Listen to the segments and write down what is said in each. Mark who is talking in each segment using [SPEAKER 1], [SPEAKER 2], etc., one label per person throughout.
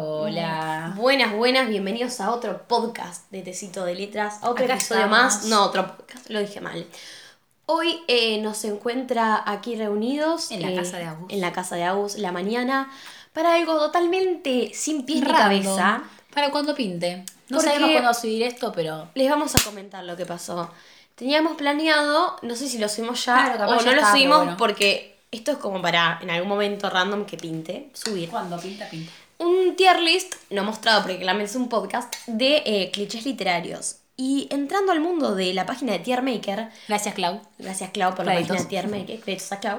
[SPEAKER 1] Hola.
[SPEAKER 2] Buenas, buenas, bienvenidos a otro podcast de Tecito de Letras, a otro
[SPEAKER 1] Acá
[SPEAKER 2] episodio
[SPEAKER 1] estamos.
[SPEAKER 2] más, no, otro podcast, lo dije mal. Hoy eh, nos encuentra aquí reunidos
[SPEAKER 1] En la
[SPEAKER 2] eh,
[SPEAKER 1] casa de Agus.
[SPEAKER 2] En la casa de Agus, la mañana, para algo totalmente sin pies ni
[SPEAKER 1] Random.
[SPEAKER 2] cabeza.
[SPEAKER 1] Para cuando pinte. No
[SPEAKER 2] Porque-
[SPEAKER 1] sabemos cuándo subir esto, pero.
[SPEAKER 2] Les vamos a comentar lo que pasó. Teníamos planeado, no sé si lo subimos ya
[SPEAKER 1] Claro, capaz
[SPEAKER 2] o
[SPEAKER 1] ya
[SPEAKER 2] no lo
[SPEAKER 1] está, pero
[SPEAKER 2] subimos
[SPEAKER 1] bueno.
[SPEAKER 2] porque esto es como para en algún momento random que pinte, subir.
[SPEAKER 1] Cuando pinta, pinta.
[SPEAKER 2] un tier list, no mostrado porque claramente es un podcast, de eh, clichés literarios. Y entrando al mundo de la página de Tier Maker,
[SPEAKER 1] Gracias, Clau.
[SPEAKER 2] gracias Clau por la
[SPEAKER 1] Créditos.
[SPEAKER 2] página de Tier Maker, créditos a Clau,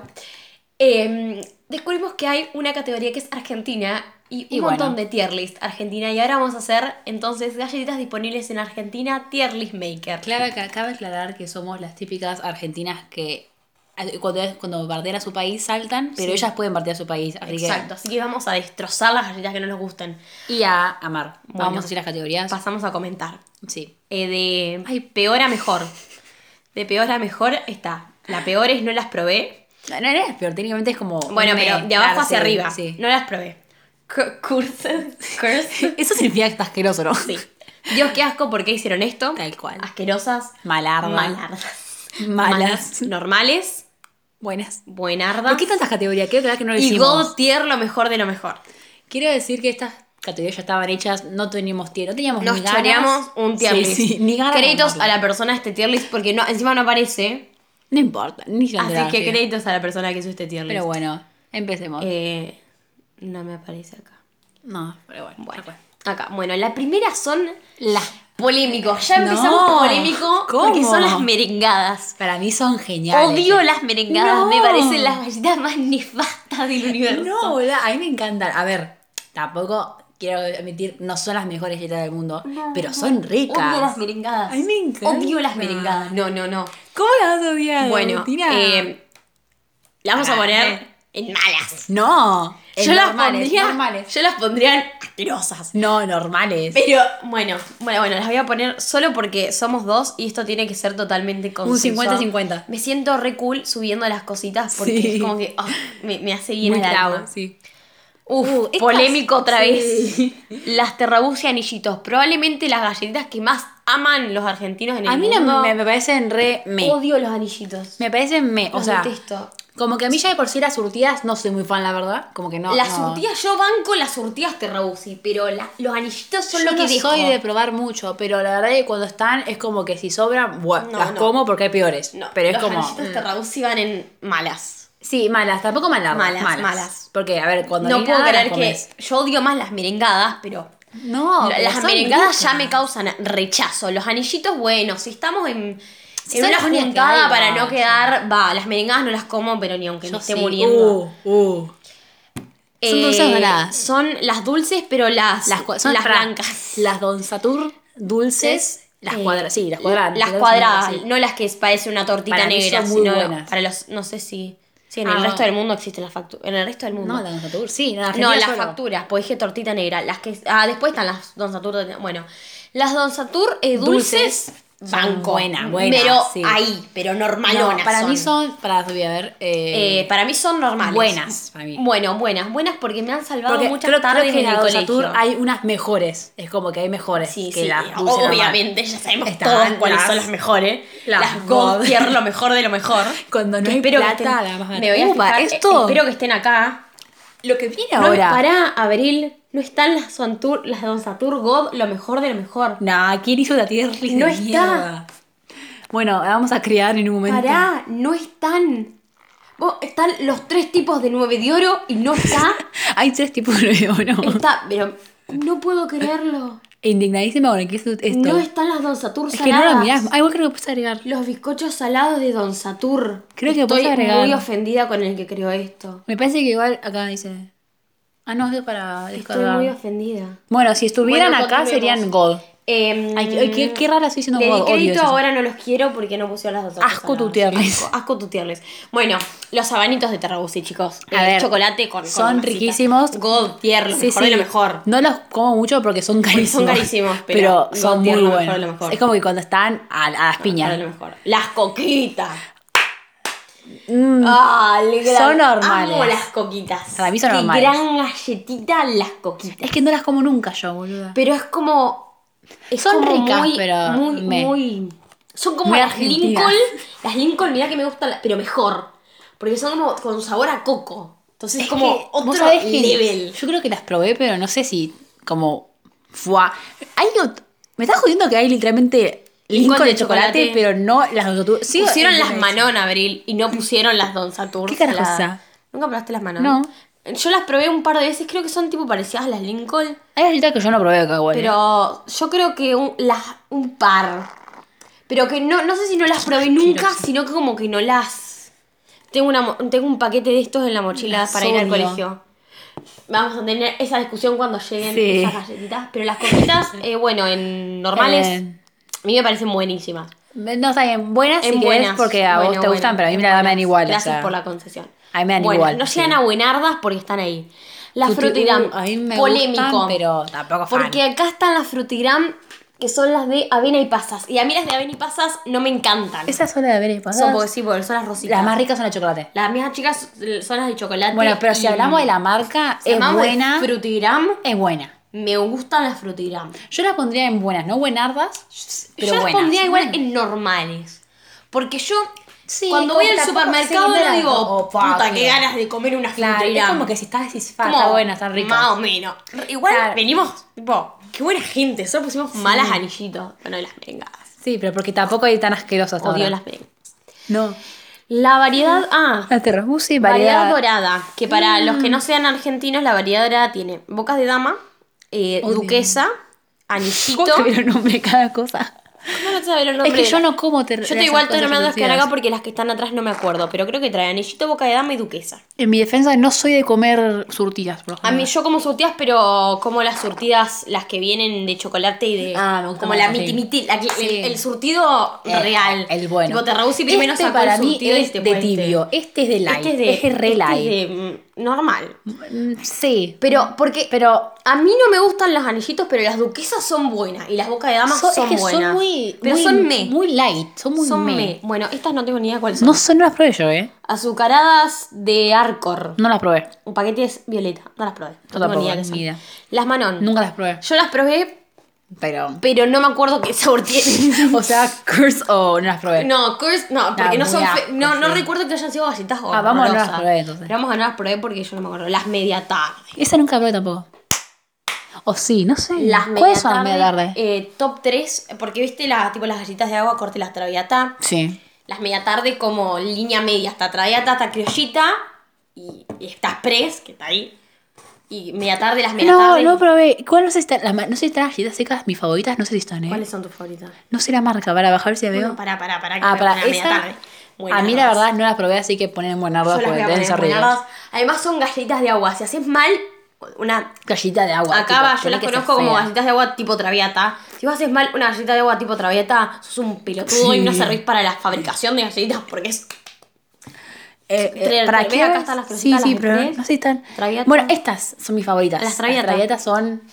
[SPEAKER 2] eh, descubrimos que hay una categoría que es Argentina y un
[SPEAKER 1] Y
[SPEAKER 2] montón
[SPEAKER 1] bueno.
[SPEAKER 2] de tier list Argentina. Y ahora vamos a hacer entonces galletitas disponibles en Argentina, Tier List Maker.
[SPEAKER 1] Clara, ca- cabe aclarar que somos las típicas argentinas que eh, cuando, cuando bardean a su país saltan, pero
[SPEAKER 2] Sí.
[SPEAKER 1] ellas pueden bardear a su país. Así que-
[SPEAKER 2] Exacto, así que vamos a destrozar las galletitas que no nos gustan.
[SPEAKER 1] y a amar.
[SPEAKER 2] Bueno.
[SPEAKER 1] Vamos a decir las categorías.
[SPEAKER 2] Pasamos a comentar.
[SPEAKER 1] sí.
[SPEAKER 2] Eh, de ay, peor a mejor. De peor a mejor está. La peor es no las probé.
[SPEAKER 1] No, no es peor, técnicamente es como.
[SPEAKER 2] Bueno,
[SPEAKER 1] me-
[SPEAKER 2] pero de abajo
[SPEAKER 1] ah,
[SPEAKER 2] hacia
[SPEAKER 1] sí,
[SPEAKER 2] arriba.
[SPEAKER 1] sí.
[SPEAKER 2] No las probé. Cu- Curse. Curse.
[SPEAKER 1] Eso significa que está asqueroso, ¿no?
[SPEAKER 2] Sí. Dios, qué asco, ¿por qué hicieron esto?
[SPEAKER 1] Tal cual.
[SPEAKER 2] Asquerosas.
[SPEAKER 1] Malarda.
[SPEAKER 2] Malardas.
[SPEAKER 1] Malas.
[SPEAKER 2] Normales.
[SPEAKER 1] Buenas.
[SPEAKER 2] Buenardas.
[SPEAKER 1] ¿Por qué tantas categorías? Quiero aclarar que no lo
[SPEAKER 2] y
[SPEAKER 1] hicimos.
[SPEAKER 2] God tier lo mejor de lo mejor.
[SPEAKER 1] Quiero decir que estas categorías ya estaban hechas, no teníamos tiempo, no teníamos
[SPEAKER 2] Nos
[SPEAKER 1] ni ganas.
[SPEAKER 2] choreamos un tier
[SPEAKER 1] Sí,
[SPEAKER 2] list.
[SPEAKER 1] sí, ni ganas de
[SPEAKER 2] Créditos a
[SPEAKER 1] armarlo.
[SPEAKER 2] la persona de este tier list porque no, encima no aparece.
[SPEAKER 1] No importa, ni ganas.
[SPEAKER 2] Así que créditos a la persona que hizo este tier list.
[SPEAKER 1] Pero bueno, empecemos.
[SPEAKER 2] Eh, no me aparece acá.
[SPEAKER 1] no, pero bueno. ya
[SPEAKER 2] Bueno,
[SPEAKER 1] fue.
[SPEAKER 2] acá. Bueno, la primera son
[SPEAKER 1] Las-
[SPEAKER 2] polémicos. Ya
[SPEAKER 1] No,
[SPEAKER 2] empezamos polémico porque
[SPEAKER 1] ¿cómo?
[SPEAKER 2] son las merengadas.
[SPEAKER 1] Para mí son geniales.
[SPEAKER 2] Odio las merengadas,
[SPEAKER 1] No.
[SPEAKER 2] me parecen las galletas más nefastas del universo.
[SPEAKER 1] No, boluda, a mí me encantan. A ver, tampoco quiero admitir, no son las mejores galletas del mundo, pero son ricas.
[SPEAKER 2] Odio las merengadas.
[SPEAKER 1] A mí me encanta.
[SPEAKER 2] Odio las merengadas. No, no, no.
[SPEAKER 1] ¿Cómo las vas a odiar?
[SPEAKER 2] Bueno,
[SPEAKER 1] Agustina?
[SPEAKER 2] eh, las vamos a
[SPEAKER 1] Ah,
[SPEAKER 2] poner
[SPEAKER 1] eh.
[SPEAKER 2] en malas.
[SPEAKER 1] no. en
[SPEAKER 2] yo,
[SPEAKER 1] normales,
[SPEAKER 2] las pondría,
[SPEAKER 1] normales.
[SPEAKER 2] yo las pondría en asquerosas.
[SPEAKER 1] No, normales.
[SPEAKER 2] Pero bueno, bueno, bueno, las voy a poner solo porque somos dos y esto tiene que ser totalmente consenso.
[SPEAKER 1] 50-50.
[SPEAKER 2] Me siento re cool subiendo las cositas porque
[SPEAKER 1] Sí.
[SPEAKER 2] es como que ah, me, me hace bien
[SPEAKER 1] Muy
[SPEAKER 2] el alma.
[SPEAKER 1] claro, sí.
[SPEAKER 2] Uf,
[SPEAKER 1] Uh, estas-
[SPEAKER 2] polémico otra vez.
[SPEAKER 1] sí.
[SPEAKER 2] Las terrabús y anillitos, probablemente las galletitas que más aman los argentinos en el
[SPEAKER 1] A mí
[SPEAKER 2] mundo.
[SPEAKER 1] no me, me parecen re me.
[SPEAKER 2] odio los anillitos.
[SPEAKER 1] Me parecen me. O
[SPEAKER 2] Los
[SPEAKER 1] sea,
[SPEAKER 2] detesto.
[SPEAKER 1] como que a mí ya de por sí las surtidas no soy muy fan, la verdad. Como que no.
[SPEAKER 2] las
[SPEAKER 1] no.
[SPEAKER 2] surtidas, yo banco las surtidas terrabusi, pero la- los anillitos son
[SPEAKER 1] Yo
[SPEAKER 2] lo que
[SPEAKER 1] no
[SPEAKER 2] dejo.
[SPEAKER 1] soy de probar mucho, pero la verdad es que cuando están es como que si sobran, bueno,
[SPEAKER 2] No,
[SPEAKER 1] las
[SPEAKER 2] no.
[SPEAKER 1] como porque hay peores.
[SPEAKER 2] No,
[SPEAKER 1] pero es
[SPEAKER 2] los
[SPEAKER 1] como. mm.
[SPEAKER 2] anillitos terrabusi van en malas.
[SPEAKER 1] Sí, malas, tampoco malas.
[SPEAKER 2] Malas,
[SPEAKER 1] Malas,
[SPEAKER 2] malas.
[SPEAKER 1] Porque, a ver, cuando.
[SPEAKER 2] No
[SPEAKER 1] hay
[SPEAKER 2] puedo
[SPEAKER 1] nada,
[SPEAKER 2] creer
[SPEAKER 1] las
[SPEAKER 2] que.
[SPEAKER 1] comes.
[SPEAKER 2] Yo odio más las merengadas, pero.
[SPEAKER 1] No, pero
[SPEAKER 2] las
[SPEAKER 1] son
[SPEAKER 2] merengadas ya
[SPEAKER 1] ricas.
[SPEAKER 2] me causan rechazo. Los anillitos, bueno, si estamos en.
[SPEAKER 1] Si
[SPEAKER 2] en
[SPEAKER 1] son
[SPEAKER 2] una
[SPEAKER 1] las únicas que
[SPEAKER 2] juntada
[SPEAKER 1] hay,
[SPEAKER 2] para
[SPEAKER 1] va,
[SPEAKER 2] no
[SPEAKER 1] sí.
[SPEAKER 2] quedar. Va, las merengadas no las como, pero ni aunque
[SPEAKER 1] Yo
[SPEAKER 2] me esté
[SPEAKER 1] sí.
[SPEAKER 2] muriendo.
[SPEAKER 1] Uh, uh.
[SPEAKER 2] Eh,
[SPEAKER 1] dulces o saladas?
[SPEAKER 2] Son las dulces, pero
[SPEAKER 1] Las,
[SPEAKER 2] las, las,
[SPEAKER 1] cua- son ra-
[SPEAKER 2] blancas.
[SPEAKER 1] Las Don Satur dulces. Las
[SPEAKER 2] Eh,
[SPEAKER 1] cuadradas. Sí, las cuadradas.
[SPEAKER 2] Las cuadradas, no las que parecen una tortita
[SPEAKER 1] Para mí
[SPEAKER 2] negra,
[SPEAKER 1] son muy
[SPEAKER 2] sino
[SPEAKER 1] buenas.
[SPEAKER 2] para los. No sé si. Sí, en
[SPEAKER 1] Ah,
[SPEAKER 2] el resto
[SPEAKER 1] no.
[SPEAKER 2] del mundo existen las facturas. En el resto del mundo.
[SPEAKER 1] No, la Don Satur, sí. la
[SPEAKER 2] No,
[SPEAKER 1] Argentina
[SPEAKER 2] las
[SPEAKER 1] solo.
[SPEAKER 2] facturas, pues dije tortita negra. Las que. Ah, después están las Don Satur. de- Bueno, las Don Satur eh, dulces,
[SPEAKER 1] Dulces son
[SPEAKER 2] banco.
[SPEAKER 1] buenas, buenas,
[SPEAKER 2] Pero
[SPEAKER 1] sí.
[SPEAKER 2] ahí, pero
[SPEAKER 1] No,
[SPEAKER 2] normalonas.
[SPEAKER 1] para mí son. Para, voy a ver. eh,
[SPEAKER 2] eh, para mí son normales.
[SPEAKER 1] buenas, para mí.
[SPEAKER 2] Bueno, buenas, buenas porque me han salvado
[SPEAKER 1] porque
[SPEAKER 2] muchas
[SPEAKER 1] creo, creo
[SPEAKER 2] tardes
[SPEAKER 1] que en
[SPEAKER 2] en el
[SPEAKER 1] la Don
[SPEAKER 2] colegio.
[SPEAKER 1] Satur hay unas mejores. Es como que hay mejores
[SPEAKER 2] Sí,
[SPEAKER 1] que
[SPEAKER 2] sí,
[SPEAKER 1] las dulces normales.
[SPEAKER 2] obviamente, ya sabemos
[SPEAKER 1] Están
[SPEAKER 2] todas cuáles son
[SPEAKER 1] las-
[SPEAKER 2] las mejores.
[SPEAKER 1] las
[SPEAKER 2] Las God
[SPEAKER 1] God.
[SPEAKER 2] tier, lo mejor de lo mejor.
[SPEAKER 1] Cuando no
[SPEAKER 2] Que
[SPEAKER 1] hay
[SPEAKER 2] espero que
[SPEAKER 1] plata,
[SPEAKER 2] estén-
[SPEAKER 1] la más
[SPEAKER 2] Me voy a
[SPEAKER 1] Upa,
[SPEAKER 2] fijar, eh,
[SPEAKER 1] esto-
[SPEAKER 2] Espero que estén acá.
[SPEAKER 1] Lo que viene
[SPEAKER 2] No,
[SPEAKER 1] ahora.
[SPEAKER 2] pará, Abril, no están las, Santur, las Don Satur God, lo mejor de lo mejor.
[SPEAKER 1] Nah, ¿quién hizo la tierra?
[SPEAKER 2] No está.
[SPEAKER 1] Bueno, la vamos a crear en un momento.
[SPEAKER 2] Pará, no están. Vos, están los tres tipos de nueve de oro y no está.
[SPEAKER 1] Hay tres tipos de oro.
[SPEAKER 2] está, pero no puedo creerlo.
[SPEAKER 1] Indignadísima con el que hizo esto.
[SPEAKER 2] No están las Don Satur
[SPEAKER 1] es que
[SPEAKER 2] saladas.
[SPEAKER 1] no lo mirás. Ay, vos creo que puedes agregar.
[SPEAKER 2] Los bizcochos salados de Don Satur.
[SPEAKER 1] Creo que lo
[SPEAKER 2] Estoy
[SPEAKER 1] puedes agregar.
[SPEAKER 2] muy ofendida con el que creó esto.
[SPEAKER 1] Me parece que igual acá dice. Ah, no, es para
[SPEAKER 2] Estoy
[SPEAKER 1] descargar.
[SPEAKER 2] muy ofendida.
[SPEAKER 1] Bueno, si estuvieran
[SPEAKER 2] Bueno,
[SPEAKER 1] acá
[SPEAKER 2] continuemos.
[SPEAKER 1] serían God.
[SPEAKER 2] Eh,
[SPEAKER 1] Ay, qué, qué, qué rara estoy diciendo
[SPEAKER 2] Le di
[SPEAKER 1] God. Odio
[SPEAKER 2] crédito
[SPEAKER 1] eso.
[SPEAKER 2] ahora no los quiero porque no pusieron las dos otras
[SPEAKER 1] Asco
[SPEAKER 2] saladas.
[SPEAKER 1] tu tier list.
[SPEAKER 2] Asco, asco tu tier list. Bueno, los habanitos de Terrabusi, chicos.
[SPEAKER 1] A
[SPEAKER 2] Eh,
[SPEAKER 1] ver,
[SPEAKER 2] chocolate con, con
[SPEAKER 1] Son
[SPEAKER 2] masita.
[SPEAKER 1] riquísimos.
[SPEAKER 2] God tier, lo
[SPEAKER 1] Sí,
[SPEAKER 2] mejor
[SPEAKER 1] sí.
[SPEAKER 2] de lo mejor.
[SPEAKER 1] No los como mucho porque son carísimos.
[SPEAKER 2] son carísimos, pero God
[SPEAKER 1] son
[SPEAKER 2] tier,
[SPEAKER 1] muy
[SPEAKER 2] lo mejor Ah, de lo
[SPEAKER 1] buenos.
[SPEAKER 2] mejor.
[SPEAKER 1] Es como que cuando están a, a las
[SPEAKER 2] Para
[SPEAKER 1] piñas.
[SPEAKER 2] lo mejor. Las coquitas.
[SPEAKER 1] Mm,
[SPEAKER 2] Ah, le gran-
[SPEAKER 1] Son normales.
[SPEAKER 2] Amo las coquitas.
[SPEAKER 1] Para mí son
[SPEAKER 2] Qué
[SPEAKER 1] normales.
[SPEAKER 2] gran galletita las coquitas.
[SPEAKER 1] Es que no las como nunca yo, boluda.
[SPEAKER 2] Pero es como. es
[SPEAKER 1] Son
[SPEAKER 2] como
[SPEAKER 1] ricas,
[SPEAKER 2] muy-
[SPEAKER 1] pero
[SPEAKER 2] Muy,
[SPEAKER 1] me-
[SPEAKER 2] muy- Son como
[SPEAKER 1] muy
[SPEAKER 2] las
[SPEAKER 1] argentinas.
[SPEAKER 2] Lincoln. Las Lincoln, mirá que me gustan, las- pero mejor. Porque son como con sabor a coco. Entonces, es como
[SPEAKER 1] que,
[SPEAKER 2] otro
[SPEAKER 1] vos sabés que
[SPEAKER 2] level.
[SPEAKER 1] Yo creo que las probé, pero no sé si como fue. Hay ot- me estás jodiendo que hay literalmente Lincoln, de, chocolate, pero no las dos. Sí,
[SPEAKER 2] pusieron
[SPEAKER 1] eh,
[SPEAKER 2] las Manon Abril y no pusieron las Don Saturn.
[SPEAKER 1] ¿Qué carajo
[SPEAKER 2] La-
[SPEAKER 1] es esa?
[SPEAKER 2] ¿Nunca probaste las Manon?
[SPEAKER 1] No.
[SPEAKER 2] Yo las probé un par de veces, creo que son tipo parecidas a las Lincoln.
[SPEAKER 1] Hay galletas que yo no probé acá, bueno.
[SPEAKER 2] Pero yo creo que un, las, un par. Pero que no, no sé si no las probé nunca, sino que como que no las. Tengo, una, mo- tengo un paquete de estos en la mochila
[SPEAKER 1] Las
[SPEAKER 2] para ir al
[SPEAKER 1] odio.
[SPEAKER 2] colegio. Vamos a tener esa discusión cuando lleguen
[SPEAKER 1] Sí.
[SPEAKER 2] esas galletitas. Pero las coquitas, eh, bueno, en normales,
[SPEAKER 1] Eh.
[SPEAKER 2] a mí me parecen buenísimas.
[SPEAKER 1] No está bien, buenas
[SPEAKER 2] en
[SPEAKER 1] si querés,
[SPEAKER 2] buenas.
[SPEAKER 1] porque a
[SPEAKER 2] Bueno,
[SPEAKER 1] vos te
[SPEAKER 2] bueno,
[SPEAKER 1] gustan, pero a mí
[SPEAKER 2] en
[SPEAKER 1] me la
[SPEAKER 2] buenas.
[SPEAKER 1] dan igual. o
[SPEAKER 2] Gracias
[SPEAKER 1] sea.
[SPEAKER 2] por la concesión.
[SPEAKER 1] A mí me dan
[SPEAKER 2] Bueno,
[SPEAKER 1] igual,
[SPEAKER 2] No
[SPEAKER 1] sí.
[SPEAKER 2] llegan a buenardas porque están ahí. Las
[SPEAKER 1] Fruti-
[SPEAKER 2] frutigram,
[SPEAKER 1] uh, a mí me
[SPEAKER 2] polémico.
[SPEAKER 1] gustan, pero tampoco fan.
[SPEAKER 2] Porque acá están las frutigram que son las de avena y pasas. Y a mí las de avena y pasas no me encantan.
[SPEAKER 1] Esas son las de Berry
[SPEAKER 2] son, porque, sí, porque son las rositas.
[SPEAKER 1] Las más ricas son de chocolate.
[SPEAKER 2] Las mías chicas son las de chocolate.
[SPEAKER 1] Bueno, pero si
[SPEAKER 2] y-
[SPEAKER 1] hablamos de la marca,
[SPEAKER 2] si
[SPEAKER 1] es
[SPEAKER 2] hablamos de
[SPEAKER 1] buena.
[SPEAKER 2] Frutigram,
[SPEAKER 1] Es buena.
[SPEAKER 2] me gustan las frutigram.
[SPEAKER 1] Yo las pondría en buenas, no buenardas, pero
[SPEAKER 2] yo las
[SPEAKER 1] buenas.
[SPEAKER 2] pondría igual en normales. porque yo
[SPEAKER 1] Sí,
[SPEAKER 2] cuando
[SPEAKER 1] como
[SPEAKER 2] voy
[SPEAKER 1] que
[SPEAKER 2] al
[SPEAKER 1] tampoco
[SPEAKER 2] supermercado
[SPEAKER 1] se
[SPEAKER 2] no digo
[SPEAKER 1] o pa,
[SPEAKER 2] puta qué
[SPEAKER 1] mira".
[SPEAKER 2] ganas de comer una
[SPEAKER 1] Claro, es
[SPEAKER 2] frutera
[SPEAKER 1] como que si estás decís, "Fa, está buena, está rica.
[SPEAKER 2] más o menos igual
[SPEAKER 1] Claro.
[SPEAKER 2] venimos tipo qué buena gente solo pusimos malas anillitos bueno y las merengadas
[SPEAKER 1] Sí, pero porque tampoco hay tan asquerosas
[SPEAKER 2] odio
[SPEAKER 1] ahora.
[SPEAKER 2] las merengadas
[SPEAKER 1] No.
[SPEAKER 2] la variedad ah
[SPEAKER 1] Las de Rasmussen, variedad.
[SPEAKER 2] variedad
[SPEAKER 1] Mm.
[SPEAKER 2] dorada que para los que no sean argentinos la variedad dorada tiene bocas de dama eh,
[SPEAKER 1] Odio.
[SPEAKER 2] duquesa
[SPEAKER 1] ¿Cómo
[SPEAKER 2] anillito
[SPEAKER 1] te vieron nombre de cada cosa?
[SPEAKER 2] ¿Cómo no te sabés los
[SPEAKER 1] Es
[SPEAKER 2] nombres
[SPEAKER 1] que
[SPEAKER 2] de
[SPEAKER 1] yo
[SPEAKER 2] las-
[SPEAKER 1] no como ter-
[SPEAKER 2] Yo
[SPEAKER 1] esas
[SPEAKER 2] estoy igual
[SPEAKER 1] cosas
[SPEAKER 2] todas las que
[SPEAKER 1] endulcidas.
[SPEAKER 2] acá porque las que están atrás no me acuerdo, pero creo que trae anillito, boca de dama y duquesa.
[SPEAKER 1] En mi defensa no soy de comer surtidas, por lo
[SPEAKER 2] A mí
[SPEAKER 1] general.
[SPEAKER 2] yo como surtidas, pero como las surtidas, las que vienen de chocolate y de
[SPEAKER 1] Ah, me gusta
[SPEAKER 2] como
[SPEAKER 1] más,
[SPEAKER 2] la
[SPEAKER 1] sí.
[SPEAKER 2] miti miti, la que-
[SPEAKER 1] Sí.
[SPEAKER 2] el, el surtido
[SPEAKER 1] Eh,
[SPEAKER 2] real.
[SPEAKER 1] El bueno.
[SPEAKER 2] Tipo, te rehusé primero
[SPEAKER 1] este
[SPEAKER 2] sacó
[SPEAKER 1] para
[SPEAKER 2] el
[SPEAKER 1] mí
[SPEAKER 2] surtido y
[SPEAKER 1] es
[SPEAKER 2] te
[SPEAKER 1] de
[SPEAKER 2] pone este.
[SPEAKER 1] tibio. Este es de light.
[SPEAKER 2] Este es
[SPEAKER 1] re
[SPEAKER 2] de este es
[SPEAKER 1] light.
[SPEAKER 2] de, mm, normal.
[SPEAKER 1] Mm, Sí.
[SPEAKER 2] Pero porque
[SPEAKER 1] Pero
[SPEAKER 2] a mí no me gustan las anillitos, pero las duquesas son buenas y las bocas de dama
[SPEAKER 1] son,
[SPEAKER 2] son,
[SPEAKER 1] es que
[SPEAKER 2] buenas.
[SPEAKER 1] son muy.
[SPEAKER 2] pero
[SPEAKER 1] muy-
[SPEAKER 2] son me.
[SPEAKER 1] Muy light. Son muy
[SPEAKER 2] son
[SPEAKER 1] me.
[SPEAKER 2] me. Bueno, estas no tengo ni idea cuáles son.
[SPEAKER 1] No son, no las probé yo, ¿eh?
[SPEAKER 2] Azucaradas de Arcor.
[SPEAKER 1] No las probé.
[SPEAKER 2] Un paquete es violeta. No las probé. No, tengo
[SPEAKER 1] tampoco,
[SPEAKER 2] ni idea qué
[SPEAKER 1] ni
[SPEAKER 2] son.
[SPEAKER 1] idea.
[SPEAKER 2] Las Manon.
[SPEAKER 1] Nunca las probé.
[SPEAKER 2] Yo las probé,
[SPEAKER 1] Pero.
[SPEAKER 2] pero no me acuerdo qué sabor tienen.
[SPEAKER 1] O sea, curse o no las probé.
[SPEAKER 2] No, Curse, no, porque no,
[SPEAKER 1] Ah, muy
[SPEAKER 2] son. fe-
[SPEAKER 1] asco,
[SPEAKER 2] no, no
[SPEAKER 1] sí.
[SPEAKER 2] recuerdo que hayan sido galletas
[SPEAKER 1] Ah, vamos a no las
[SPEAKER 2] horrorosas.
[SPEAKER 1] probé, entonces.
[SPEAKER 2] Pero vamos a no las probé porque yo no me acuerdo. Las media tarde.
[SPEAKER 1] Esa nunca probé tampoco. O sí, no sé.
[SPEAKER 2] Las media
[SPEAKER 1] ¿Cuáles son
[SPEAKER 2] tarde,
[SPEAKER 1] las media tarde?
[SPEAKER 2] eh, top 3, porque viste las, tipo, las galletas de agua, corte las traviata.
[SPEAKER 1] Sí.
[SPEAKER 2] Las media tarde como línea media, hasta traviata, hasta criollita. Y, y está express, que está ahí. Y media tarde, las media
[SPEAKER 1] No,
[SPEAKER 2] tarde.
[SPEAKER 1] no probé. ¿Cuál no sé si están? las ma- no sé si están las galletas secas, mis favoritas, no sé si están, ¿eh?
[SPEAKER 2] ¿Cuáles son tus favoritas?
[SPEAKER 1] No sé la marca, para bajar si la veo.
[SPEAKER 2] Bueno, pará, pará, pará. que
[SPEAKER 1] ah,
[SPEAKER 2] me
[SPEAKER 1] para
[SPEAKER 2] pone a media
[SPEAKER 1] esa.
[SPEAKER 2] tarde. Buenas
[SPEAKER 1] a mí la
[SPEAKER 2] dos.
[SPEAKER 1] verdad no las probé, así que ponen en buenardo
[SPEAKER 2] Yo las voy
[SPEAKER 1] porque
[SPEAKER 2] a poner
[SPEAKER 1] tenés
[SPEAKER 2] en buenas
[SPEAKER 1] arriba.
[SPEAKER 2] dos. Además son galletas de agua. Si haces mal, una...
[SPEAKER 1] Gallita de agua.
[SPEAKER 2] Acá
[SPEAKER 1] tipo,
[SPEAKER 2] va, yo
[SPEAKER 1] tenés
[SPEAKER 2] las
[SPEAKER 1] que ser
[SPEAKER 2] conozco como
[SPEAKER 1] fea.
[SPEAKER 2] galletas de agua tipo traviata. Si vos haces mal una galleta de agua tipo traviata, sos un pelotudo y no
[SPEAKER 1] Sí.
[SPEAKER 2] servís para la fabricación de galletitas porque es...
[SPEAKER 1] Eh, eh,
[SPEAKER 2] Tre-
[SPEAKER 1] ¿Para
[SPEAKER 2] tre-
[SPEAKER 1] qué?
[SPEAKER 2] ¿ves? Acá están las
[SPEAKER 1] sí,
[SPEAKER 2] crucitas,
[SPEAKER 1] sí,
[SPEAKER 2] las de
[SPEAKER 1] pero
[SPEAKER 2] tres.
[SPEAKER 1] no sé si están.
[SPEAKER 2] Traviata.
[SPEAKER 1] Bueno, estas son mis favoritas.
[SPEAKER 2] Las Traviata.
[SPEAKER 1] Las travietas son.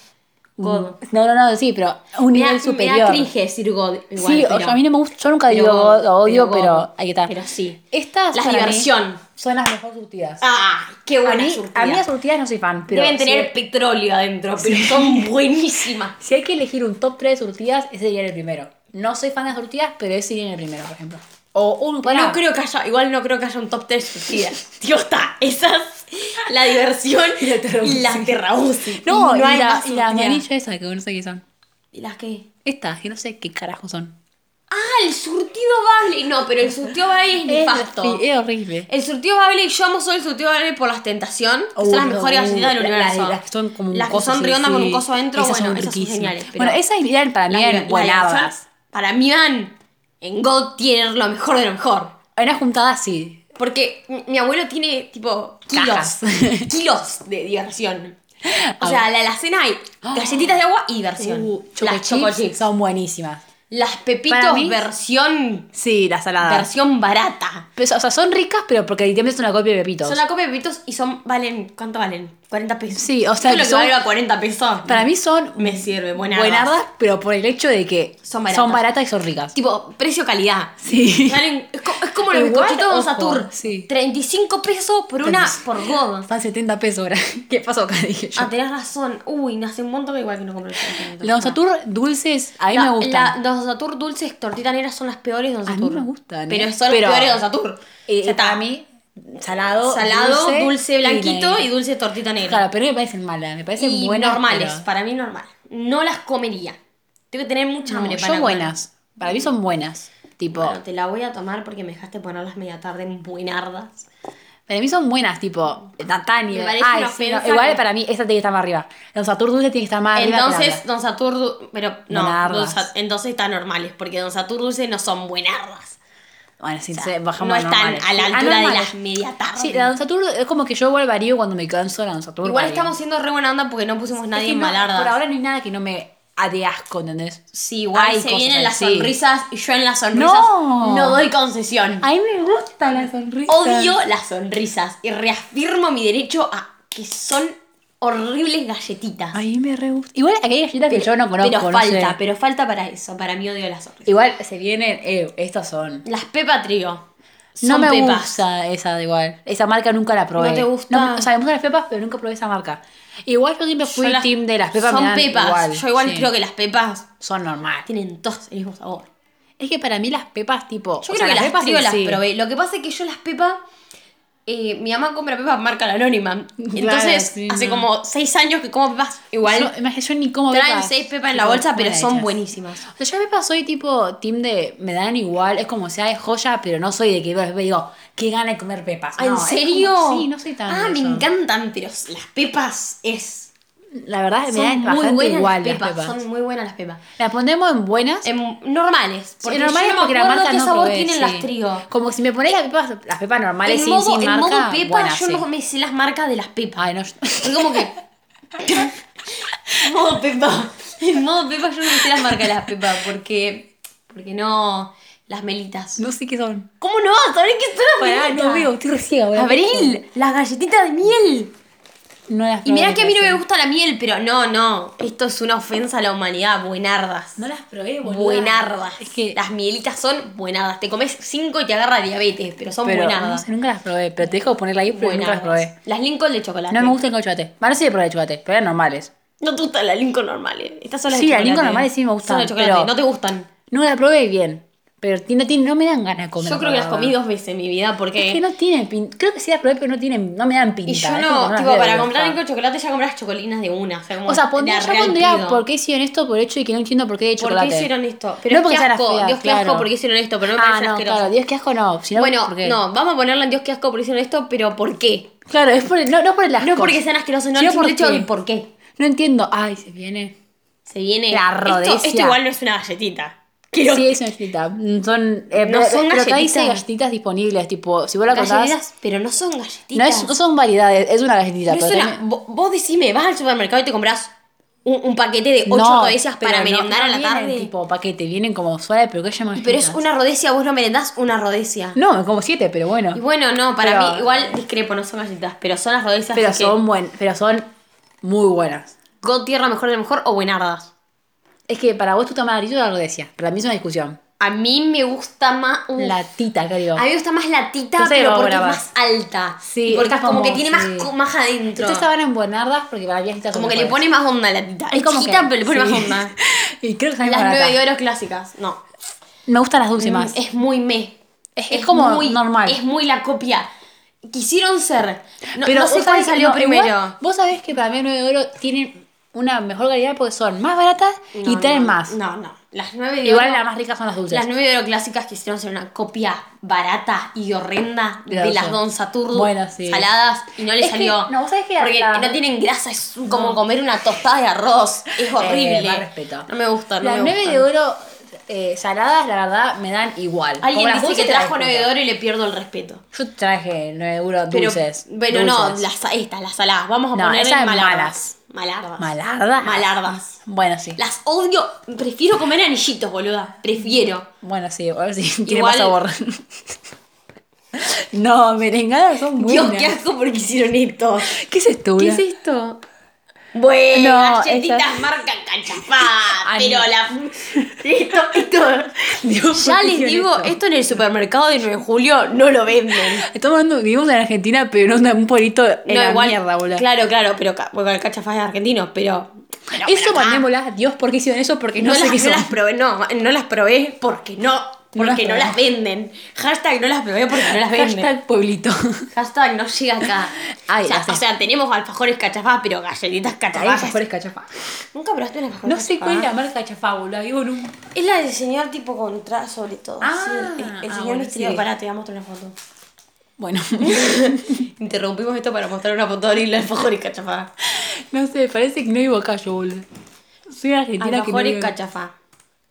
[SPEAKER 2] God.
[SPEAKER 1] No, no, no, sí, pero un
[SPEAKER 2] Me da-
[SPEAKER 1] nivel
[SPEAKER 2] Me da
[SPEAKER 1] superior.
[SPEAKER 2] cringe decir God igual,
[SPEAKER 1] sí, o
[SPEAKER 2] pero-
[SPEAKER 1] sea, a mí no me gusta. Yo nunca
[SPEAKER 2] pero
[SPEAKER 1] digo
[SPEAKER 2] God,
[SPEAKER 1] God, odio,
[SPEAKER 2] pero
[SPEAKER 1] pero,
[SPEAKER 2] God.
[SPEAKER 1] hay que estar.
[SPEAKER 2] Pero sí.
[SPEAKER 1] Estas.
[SPEAKER 2] Las
[SPEAKER 1] para mí,
[SPEAKER 2] diversión.
[SPEAKER 1] son las mejor surtidas.
[SPEAKER 2] ¡Ah! ¡Qué
[SPEAKER 1] a,
[SPEAKER 2] buena
[SPEAKER 1] mí,
[SPEAKER 2] surtida.
[SPEAKER 1] a mí las surtidas no soy fan, pero.
[SPEAKER 2] Deben
[SPEAKER 1] si-
[SPEAKER 2] tener petróleo adentro, pero son buenísimas.
[SPEAKER 1] Si hay que elegir un top 3 de surtidas, ese sería el primero. No soy fan de las surtidas, pero ese sería el primero, por ejemplo. O un pará.
[SPEAKER 2] No creo que haya, igual no creo que haya un top 3 suicida. Tío, está, esas, la diversión y la
[SPEAKER 1] terrabuzzi.
[SPEAKER 2] terrabuzzi.
[SPEAKER 1] No,
[SPEAKER 2] Y
[SPEAKER 1] y,
[SPEAKER 2] hay
[SPEAKER 1] la,
[SPEAKER 2] más
[SPEAKER 1] y la
[SPEAKER 2] suicida.
[SPEAKER 1] amarilla esa, que no sé qué son.
[SPEAKER 2] ¿Y las qué?
[SPEAKER 1] Estas, que no sé qué carajo son.
[SPEAKER 2] Ah, el surtido bable. No, pero el surtido bable es nefasto.
[SPEAKER 1] Sí, es horrible.
[SPEAKER 2] El surtido bable, y yo amo solo el surtido bable por las tentación, que son
[SPEAKER 1] Oh,
[SPEAKER 2] las mejores
[SPEAKER 1] no,
[SPEAKER 2] galletitas del
[SPEAKER 1] la-
[SPEAKER 2] universo.
[SPEAKER 1] Las, las que son como un
[SPEAKER 2] Las que
[SPEAKER 1] coso,
[SPEAKER 2] son
[SPEAKER 1] sí,
[SPEAKER 2] redondas con
[SPEAKER 1] sí.
[SPEAKER 2] un coso adentro,
[SPEAKER 1] Esas
[SPEAKER 2] bueno,
[SPEAKER 1] son
[SPEAKER 2] esas son
[SPEAKER 1] riquísimas.
[SPEAKER 2] geniales. pero
[SPEAKER 1] Bueno, esas eran para mí
[SPEAKER 2] la- la
[SPEAKER 1] eran
[SPEAKER 2] diversión,
[SPEAKER 1] buenadas.
[SPEAKER 2] Para mí van en God tienen lo mejor de lo mejor.
[SPEAKER 1] Era juntada sí.
[SPEAKER 2] Porque mi- mi abuelo tiene, tipo, kilos.
[SPEAKER 1] Cajas.
[SPEAKER 2] kilos de diversión. O sea, la, la cena hay galletitas de agua y diversión.
[SPEAKER 1] Uh,
[SPEAKER 2] las choco chips.
[SPEAKER 1] son buenísimas.
[SPEAKER 2] Las
[SPEAKER 1] Para
[SPEAKER 2] pepitos
[SPEAKER 1] mí- Ah.
[SPEAKER 2] versión,
[SPEAKER 1] Sí, las saladas.
[SPEAKER 2] versión barata.
[SPEAKER 1] Pero, o sea, son ricas, pero porque literalmente es una copia de Pepitos.
[SPEAKER 2] Son la copia de pepitos y son, valen, ¿cuánto valen? 40 pesos.
[SPEAKER 1] Sí, o sea,
[SPEAKER 2] Todo lo
[SPEAKER 1] que
[SPEAKER 2] que
[SPEAKER 1] son-
[SPEAKER 2] valga 40 pesos.
[SPEAKER 1] Para mí son
[SPEAKER 2] me sirve, buena.
[SPEAKER 1] buenardas, pero por el hecho de que
[SPEAKER 2] Son baratas.
[SPEAKER 1] y son ricas.
[SPEAKER 2] Tipo, precio-calidad.
[SPEAKER 1] Sí.
[SPEAKER 2] Salen- es, co- es como los
[SPEAKER 1] Igual,
[SPEAKER 2] bizcochitos de
[SPEAKER 1] ojo,
[SPEAKER 2] Satur.
[SPEAKER 1] sí.
[SPEAKER 2] 35 pesos por una,
[SPEAKER 1] Entonces-
[SPEAKER 2] por God.
[SPEAKER 1] Están 70 pesos ahora. ¿Qué pasó acá? Dije yo.
[SPEAKER 2] Ah, tenés razón. Uy, hace un montón que igual que no compré el
[SPEAKER 1] Los Satur dulces, a mí
[SPEAKER 2] La-
[SPEAKER 1] me gustan.
[SPEAKER 2] la- los Satur dulces, tortitas negras son las peores de Don
[SPEAKER 1] A mí
[SPEAKER 2] Satur.
[SPEAKER 1] me gustan,
[SPEAKER 2] Pero
[SPEAKER 1] eh.
[SPEAKER 2] son
[SPEAKER 1] Pero-
[SPEAKER 2] las peores de Don Satur.
[SPEAKER 1] Eh,
[SPEAKER 2] O sea, está
[SPEAKER 1] para mí, salado,
[SPEAKER 2] salado, dulce, blanquito y
[SPEAKER 1] negro.
[SPEAKER 2] dulce tortita negra.
[SPEAKER 1] Claro, pero no me parecen malas, me parecen
[SPEAKER 2] y
[SPEAKER 1] buenas.
[SPEAKER 2] normales,
[SPEAKER 1] pero-
[SPEAKER 2] para mí normal. No las comería. Tengo que tener mucha
[SPEAKER 1] No,
[SPEAKER 2] hambre para
[SPEAKER 1] yo
[SPEAKER 2] comer.
[SPEAKER 1] buenas. Para mí son buenas. Tipo,
[SPEAKER 2] Bueno, te la voy a tomar porque me dejaste ponerlas media tarde en buenardas.
[SPEAKER 1] para mí son buenas, tipo, Natania.
[SPEAKER 2] Me parece
[SPEAKER 1] ay,
[SPEAKER 2] una
[SPEAKER 1] sí, no,
[SPEAKER 2] ofensa
[SPEAKER 1] igual
[SPEAKER 2] que-
[SPEAKER 1] para mí esta tiene que estar más arriba. Los Satur dulces tienen que estar más Ah, arriba. que la
[SPEAKER 2] Entonces,
[SPEAKER 1] otra.
[SPEAKER 2] Don Satur. du- Pero no,
[SPEAKER 1] Buenardas.
[SPEAKER 2] Don Sa- entonces están normales porque Don Satur dulce no son buenardas.
[SPEAKER 1] Bueno, sí,
[SPEAKER 2] O sea,
[SPEAKER 1] se- bajamos
[SPEAKER 2] no
[SPEAKER 1] a
[SPEAKER 2] están
[SPEAKER 1] normales.
[SPEAKER 2] a la
[SPEAKER 1] Sí,
[SPEAKER 2] altura de
[SPEAKER 1] normales.
[SPEAKER 2] las media tarde.
[SPEAKER 1] Sí, la Don Saturno es como que yo vuelvo varío cuando me canso la Don Saturno.
[SPEAKER 2] Igual
[SPEAKER 1] varío.
[SPEAKER 2] estamos siendo re buena onda porque no pusimos
[SPEAKER 1] Es
[SPEAKER 2] nadie
[SPEAKER 1] que
[SPEAKER 2] en
[SPEAKER 1] no,
[SPEAKER 2] malarda.
[SPEAKER 1] Por ahora no hay nada que no me ade asco, ¿entendés?
[SPEAKER 2] Sí, igual
[SPEAKER 1] Hay
[SPEAKER 2] se
[SPEAKER 1] cosas
[SPEAKER 2] vienen las
[SPEAKER 1] así.
[SPEAKER 2] sonrisas y yo en las sonrisas no,
[SPEAKER 1] No.
[SPEAKER 2] doy concesión.
[SPEAKER 1] A mí me gusta la sonrisa.
[SPEAKER 2] Odio las sonrisas y reafirmo mi derecho a que son horribles galletitas.
[SPEAKER 1] A mí me re gusta. Igual aquí hay galletas que yo no conozco.
[SPEAKER 2] pero
[SPEAKER 1] no
[SPEAKER 2] falta,
[SPEAKER 1] sé.
[SPEAKER 2] pero falta para eso. Para mí odio las sonrisas.
[SPEAKER 1] Igual se vienen. Eh, estas son.
[SPEAKER 2] Las Pepa Trío. Son
[SPEAKER 1] No me
[SPEAKER 2] pepas.
[SPEAKER 1] gusta esa de igual. Esa marca nunca la probé.
[SPEAKER 2] ¿No te gusta?
[SPEAKER 1] o sea, me gustan las pepas, pero nunca probé esa marca. Igual yo siempre
[SPEAKER 2] Yo
[SPEAKER 1] fui team de las pepas. me
[SPEAKER 2] Son
[SPEAKER 1] dan
[SPEAKER 2] pepas. Yo igual
[SPEAKER 1] sí.
[SPEAKER 2] creo que las pepas
[SPEAKER 1] Son normales.
[SPEAKER 2] tienen todos el mismo sabor.
[SPEAKER 1] Es que para mí las pepas, tipo.
[SPEAKER 2] Yo
[SPEAKER 1] o sea,
[SPEAKER 2] creo que las, pepas
[SPEAKER 1] en
[SPEAKER 2] las
[SPEAKER 1] sí.
[SPEAKER 2] probé. Lo que pasa es que yo las pepas. eh, mi mamá compra pepas marca la anónima. Entonces,
[SPEAKER 1] sí,
[SPEAKER 2] hace
[SPEAKER 1] no.
[SPEAKER 2] como seis años que como pepas. Igual
[SPEAKER 1] Yo, imagínate, yo ni como
[SPEAKER 2] traen
[SPEAKER 1] pepas.
[SPEAKER 2] seis pepas en la
[SPEAKER 1] Tipo,
[SPEAKER 2] bolsa, pero
[SPEAKER 1] buenas
[SPEAKER 2] son
[SPEAKER 1] hechas.
[SPEAKER 2] buenísimas.
[SPEAKER 1] O sea, yo a pepas soy tipo team de. Me dan igual, es como sea de joya, pero no soy de que veo las pepas y digo, qué gana de comer pepas.
[SPEAKER 2] Ah, ¿En
[SPEAKER 1] No, es como-
[SPEAKER 2] serio?
[SPEAKER 1] sí, no soy tan.
[SPEAKER 2] Ah,
[SPEAKER 1] de
[SPEAKER 2] me
[SPEAKER 1] eso.
[SPEAKER 2] encantan, pero las pepas es.
[SPEAKER 1] La verdad, me
[SPEAKER 2] Son
[SPEAKER 1] dan
[SPEAKER 2] muy
[SPEAKER 1] bastante
[SPEAKER 2] buenas
[SPEAKER 1] igual
[SPEAKER 2] las
[SPEAKER 1] las
[SPEAKER 2] pepas,
[SPEAKER 1] pepas.
[SPEAKER 2] Son muy buenas las pepas.
[SPEAKER 1] Las ponemos en buenas.
[SPEAKER 2] En normales. Porque
[SPEAKER 1] en normales
[SPEAKER 2] yo no me
[SPEAKER 1] porque la
[SPEAKER 2] acuerdo
[SPEAKER 1] marca
[SPEAKER 2] qué
[SPEAKER 1] no
[SPEAKER 2] sabor
[SPEAKER 1] probé,
[SPEAKER 2] tienen
[SPEAKER 1] sí.
[SPEAKER 2] las trío.
[SPEAKER 1] Como si me ponéis las pepas, las pepas normales
[SPEAKER 2] En
[SPEAKER 1] sin,
[SPEAKER 2] modo,
[SPEAKER 1] sin
[SPEAKER 2] en
[SPEAKER 1] marca.
[SPEAKER 2] modo pepa,
[SPEAKER 1] buenas,
[SPEAKER 2] yo
[SPEAKER 1] sí.
[SPEAKER 2] no me sé las marcas de las pepas.
[SPEAKER 1] Ay, no. yo-
[SPEAKER 2] Fue como que. En modo Pepa. En modo Pepa yo no me sé las marcas de las Pepa porque. Porque no. Las melitas.
[SPEAKER 1] No sé qué son.
[SPEAKER 2] ¿Cómo no? ¿Sabés qué son las
[SPEAKER 1] Pará,
[SPEAKER 2] melitas?
[SPEAKER 1] no veo, estoy re ciega, boludo.
[SPEAKER 2] Abril, las galletitas de miel.
[SPEAKER 1] No las
[SPEAKER 2] Y mirá que a mí no me
[SPEAKER 1] gusta.
[SPEAKER 2] gusta la miel, pero no, no. Esto es una ofensa a la humanidad, buenardas.
[SPEAKER 1] No las probé, boludo.
[SPEAKER 2] Buenardas.
[SPEAKER 1] Es que.
[SPEAKER 2] Las mielitas son buenardas. Te comes cinco y te agarra diabetes, pero son
[SPEAKER 1] pero, no
[SPEAKER 2] buenardas.
[SPEAKER 1] sé, nunca las probé. Pero te dejo ponerla ahí porque nunca las
[SPEAKER 2] buenardas.
[SPEAKER 1] probé.
[SPEAKER 2] Las Lincoln de chocolate.
[SPEAKER 1] No me gustan con chocolate. Bueno, sí, probé de chocolate, pero eran normales.
[SPEAKER 2] No te gustan las Lincoln normales. Estas son las
[SPEAKER 1] Sí,
[SPEAKER 2] de
[SPEAKER 1] las
[SPEAKER 2] chocolate.
[SPEAKER 1] Lincoln normales sí me gustan,
[SPEAKER 2] Son de chocolate,
[SPEAKER 1] pero-
[SPEAKER 2] no te gustan.
[SPEAKER 1] No las probé bien. Pero ti- no, ti- no me dan ganas de comer.
[SPEAKER 2] Yo creo que las comí
[SPEAKER 1] comido
[SPEAKER 2] dos veces en mi vida porque.
[SPEAKER 1] Es que no tienen pinta. Creo que sí las probé, pero no, tienen, no me dan pinta.
[SPEAKER 2] y
[SPEAKER 1] Es
[SPEAKER 2] yo
[SPEAKER 1] como que
[SPEAKER 2] no,
[SPEAKER 1] las
[SPEAKER 2] tipo,
[SPEAKER 1] veo,
[SPEAKER 2] para
[SPEAKER 1] boludo.
[SPEAKER 2] comprar Lincoln chocolate ya compré las chocolinas de una. O sea, como
[SPEAKER 1] O sea, pondría,
[SPEAKER 2] la
[SPEAKER 1] yo
[SPEAKER 2] real
[SPEAKER 1] pondría
[SPEAKER 2] pido.
[SPEAKER 1] por qué hicieron esto por el hecho de que no entiendo por qué de
[SPEAKER 2] ¿Por
[SPEAKER 1] chocolate.
[SPEAKER 2] qué hicieron esto?
[SPEAKER 1] No
[SPEAKER 2] Pero
[SPEAKER 1] porque
[SPEAKER 2] qué
[SPEAKER 1] sean
[SPEAKER 2] asco,
[SPEAKER 1] feas,
[SPEAKER 2] Dios qué asco
[SPEAKER 1] claro.
[SPEAKER 2] porque hicieron esto, pero no me
[SPEAKER 1] Ah,
[SPEAKER 2] parece
[SPEAKER 1] no,
[SPEAKER 2] asqueroso.
[SPEAKER 1] claro, Dios, qué asco no. sino
[SPEAKER 2] Bueno,
[SPEAKER 1] porque-
[SPEAKER 2] no, vamos a ponerla en Dios qué asco porque hicieron esto, pero ¿por qué?
[SPEAKER 1] Claro, es por el- no, no por el asco.
[SPEAKER 2] No porque sean asquerosos, no,
[SPEAKER 1] sino
[SPEAKER 2] el simple hecho
[SPEAKER 1] porque-
[SPEAKER 2] de por qué.
[SPEAKER 1] No entiendo. Ay, se viene.
[SPEAKER 2] Se viene.
[SPEAKER 1] La
[SPEAKER 2] Esto- Esto,
[SPEAKER 1] rodecia.
[SPEAKER 2] igual no es una galletita. Quiero
[SPEAKER 1] Sí, es una galletita. Mm, Son, eh,
[SPEAKER 2] No
[SPEAKER 1] pero-
[SPEAKER 2] son
[SPEAKER 1] pero acá dice
[SPEAKER 2] galletitas.
[SPEAKER 1] galletitas disponibles, tipo, si vos la contás,
[SPEAKER 2] galletitas, pero no son galletitas.
[SPEAKER 1] no, es- no son variedades, es una galletita.
[SPEAKER 2] No es
[SPEAKER 1] pero
[SPEAKER 2] una-
[SPEAKER 1] también-
[SPEAKER 2] vo- Vos decime, vas al supermercado y te compras un, un paquete de ocho
[SPEAKER 1] No,
[SPEAKER 2] rodecias para
[SPEAKER 1] pero no-
[SPEAKER 2] merendar
[SPEAKER 1] no
[SPEAKER 2] a la
[SPEAKER 1] vienen
[SPEAKER 2] tarde.
[SPEAKER 1] tipo paquete, vienen como suave, pero que llaman
[SPEAKER 2] pero es
[SPEAKER 1] galletas?
[SPEAKER 2] una rodecia, vos no merendás una rodecia.
[SPEAKER 1] No, como siete, pero bueno.
[SPEAKER 2] Y bueno, no, para
[SPEAKER 1] Pero-
[SPEAKER 2] mí igual discrepo, no son galletitas, pero son las rodecias
[SPEAKER 1] pero
[SPEAKER 2] así que
[SPEAKER 1] son buen, pero son muy buenas.
[SPEAKER 2] God tierra mejor de lo mejor o buenardas.
[SPEAKER 1] Es que para vos tú tomas amarillo o la rodecia, para mí es una discusión.
[SPEAKER 2] A mí me gusta más un-
[SPEAKER 1] La tita, creo.
[SPEAKER 2] A mí me gusta más la tita,
[SPEAKER 1] Entonces
[SPEAKER 2] pero
[SPEAKER 1] va
[SPEAKER 2] porque es
[SPEAKER 1] brava.
[SPEAKER 2] más alta.
[SPEAKER 1] Sí,
[SPEAKER 2] Y porque
[SPEAKER 1] es
[SPEAKER 2] es como,
[SPEAKER 1] como-
[SPEAKER 2] que tiene más,
[SPEAKER 1] sí.
[SPEAKER 2] co- más adentro.
[SPEAKER 1] Ustedes estaban en buenardas porque para mí las titas son
[SPEAKER 2] como que le
[SPEAKER 1] mejores.
[SPEAKER 2] pone más onda a la tita. Es,
[SPEAKER 1] pues. como
[SPEAKER 2] chiquita,
[SPEAKER 1] que-
[SPEAKER 2] pero le
[SPEAKER 1] sí.
[SPEAKER 2] pone más onda.
[SPEAKER 1] y creo que salen
[SPEAKER 2] Las
[SPEAKER 1] baratas.
[SPEAKER 2] 9 de oro clásicas, no.
[SPEAKER 1] Me gustan las dulces
[SPEAKER 2] Mm,
[SPEAKER 1] más.
[SPEAKER 2] Es muy me.
[SPEAKER 1] Es como normal.
[SPEAKER 2] Es muy la copia. Quisieron ser. No,
[SPEAKER 1] pero
[SPEAKER 2] no sé
[SPEAKER 1] vos
[SPEAKER 2] cuál
[SPEAKER 1] sabés-
[SPEAKER 2] salió
[SPEAKER 1] no,
[SPEAKER 2] primero.
[SPEAKER 1] igual, vos sabés que para mí 9 de oro tienen una mejor calidad porque son más baratas
[SPEAKER 2] No,
[SPEAKER 1] y traen
[SPEAKER 2] no,
[SPEAKER 1] más.
[SPEAKER 2] No, no. Las 9 de
[SPEAKER 1] Igual
[SPEAKER 2] oro.
[SPEAKER 1] las más ricas son las dulces.
[SPEAKER 2] Las 9 de oro clásicas quisieron ser una copia barata y horrenda de,
[SPEAKER 1] De las
[SPEAKER 2] las
[SPEAKER 1] dos.
[SPEAKER 2] Don Saturno
[SPEAKER 1] Bueno, sí.
[SPEAKER 2] saladas y no le
[SPEAKER 1] Es que-
[SPEAKER 2] salió.
[SPEAKER 1] no, vos sabés que
[SPEAKER 2] Porque
[SPEAKER 1] la-
[SPEAKER 2] no tienen grasa, es como comer una tostada de arroz. Es horrible.
[SPEAKER 1] Eh, más respeto.
[SPEAKER 2] No me gusta, no
[SPEAKER 1] las
[SPEAKER 2] me
[SPEAKER 1] 9
[SPEAKER 2] gustan.
[SPEAKER 1] de oro eh, saladas, la verdad, me dan igual. Como
[SPEAKER 2] Alguien
[SPEAKER 1] las
[SPEAKER 2] dice que
[SPEAKER 1] dulces
[SPEAKER 2] trajo
[SPEAKER 1] traen
[SPEAKER 2] 9 de
[SPEAKER 1] cosas.
[SPEAKER 2] oro y le pierdo el respeto.
[SPEAKER 1] Yo traje 9 de oro
[SPEAKER 2] Pero,
[SPEAKER 1] dulces.
[SPEAKER 2] bueno, no,
[SPEAKER 1] dulces.
[SPEAKER 2] las, estas, las saladas. Vamos a
[SPEAKER 1] No,
[SPEAKER 2] ponerle
[SPEAKER 1] esas
[SPEAKER 2] malardas. Malardas.
[SPEAKER 1] ¿Malardas?
[SPEAKER 2] Malardas.
[SPEAKER 1] Bueno, sí.
[SPEAKER 2] Las odio. Prefiero comer anillitos, boluda. Prefiero.
[SPEAKER 1] Bueno, sí, ahora sí. Tiene
[SPEAKER 2] Igual-
[SPEAKER 1] más sabor. No, merengadas son
[SPEAKER 2] Dios,
[SPEAKER 1] buenas.
[SPEAKER 2] qué asco porque hicieron esto.
[SPEAKER 1] ¿Qué es esto?
[SPEAKER 2] ¿Qué
[SPEAKER 1] Ula?
[SPEAKER 2] es esto? Bueno,
[SPEAKER 1] No,
[SPEAKER 2] galletitas
[SPEAKER 1] estas-
[SPEAKER 2] marca cachapá,
[SPEAKER 1] Ah,
[SPEAKER 2] pero
[SPEAKER 1] no.
[SPEAKER 2] la... Esto, esto...
[SPEAKER 1] Dios,
[SPEAKER 2] Ya
[SPEAKER 1] ¿por qué
[SPEAKER 2] les
[SPEAKER 1] hicieron
[SPEAKER 2] digo,
[SPEAKER 1] esto?
[SPEAKER 2] esto en el supermercado de 9 de julio no lo venden.
[SPEAKER 1] Estamos hablando, vivimos en Argentina, pero no en un pueblito en
[SPEAKER 2] no,
[SPEAKER 1] la
[SPEAKER 2] igual,
[SPEAKER 1] mierda, boludo.
[SPEAKER 2] Claro, claro, pero ca- porque el cachafaz es argentino, pero... pero-
[SPEAKER 1] eso
[SPEAKER 2] pero acá
[SPEAKER 1] mandémoslas, Dios, ¿por qué hicieron eso? Porque no,
[SPEAKER 2] No,
[SPEAKER 1] sé
[SPEAKER 2] las,
[SPEAKER 1] qué
[SPEAKER 2] no
[SPEAKER 1] son.
[SPEAKER 2] las probé, no, no las probé porque no,
[SPEAKER 1] No las
[SPEAKER 2] porque no
[SPEAKER 1] probé.
[SPEAKER 2] las venden. Hashtag no las probé porque no las venden. Hashtag,
[SPEAKER 1] Hashtag pueblito.
[SPEAKER 2] no llega acá.
[SPEAKER 1] Ay,
[SPEAKER 2] o, sea,
[SPEAKER 1] gracias.
[SPEAKER 2] o sea, tenemos alfajores cachafás, pero galletitas
[SPEAKER 1] Ahí
[SPEAKER 2] cachafás.
[SPEAKER 1] alfajores cachafá.
[SPEAKER 2] Nunca probaste un alfajor
[SPEAKER 1] No sé
[SPEAKER 2] cachafá?
[SPEAKER 1] cuál es la marca cachafá, boludo. Vivo en un...
[SPEAKER 2] Es la del señor tipo contra, sobre todo.
[SPEAKER 1] Ah,
[SPEAKER 2] sí, el, el- el
[SPEAKER 1] ah,
[SPEAKER 2] señor
[SPEAKER 1] bueno,
[SPEAKER 2] misterioso.
[SPEAKER 1] sí.
[SPEAKER 2] Pará, te voy a mostrar una foto.
[SPEAKER 1] Bueno,
[SPEAKER 2] Interrumpimos esto para mostrar una foto de los alfajores cachafá.
[SPEAKER 1] no sé, parece que no vivo acá yo, boludo. Soy argentina que no
[SPEAKER 2] Alfajores
[SPEAKER 1] vivo...
[SPEAKER 2] cachafá.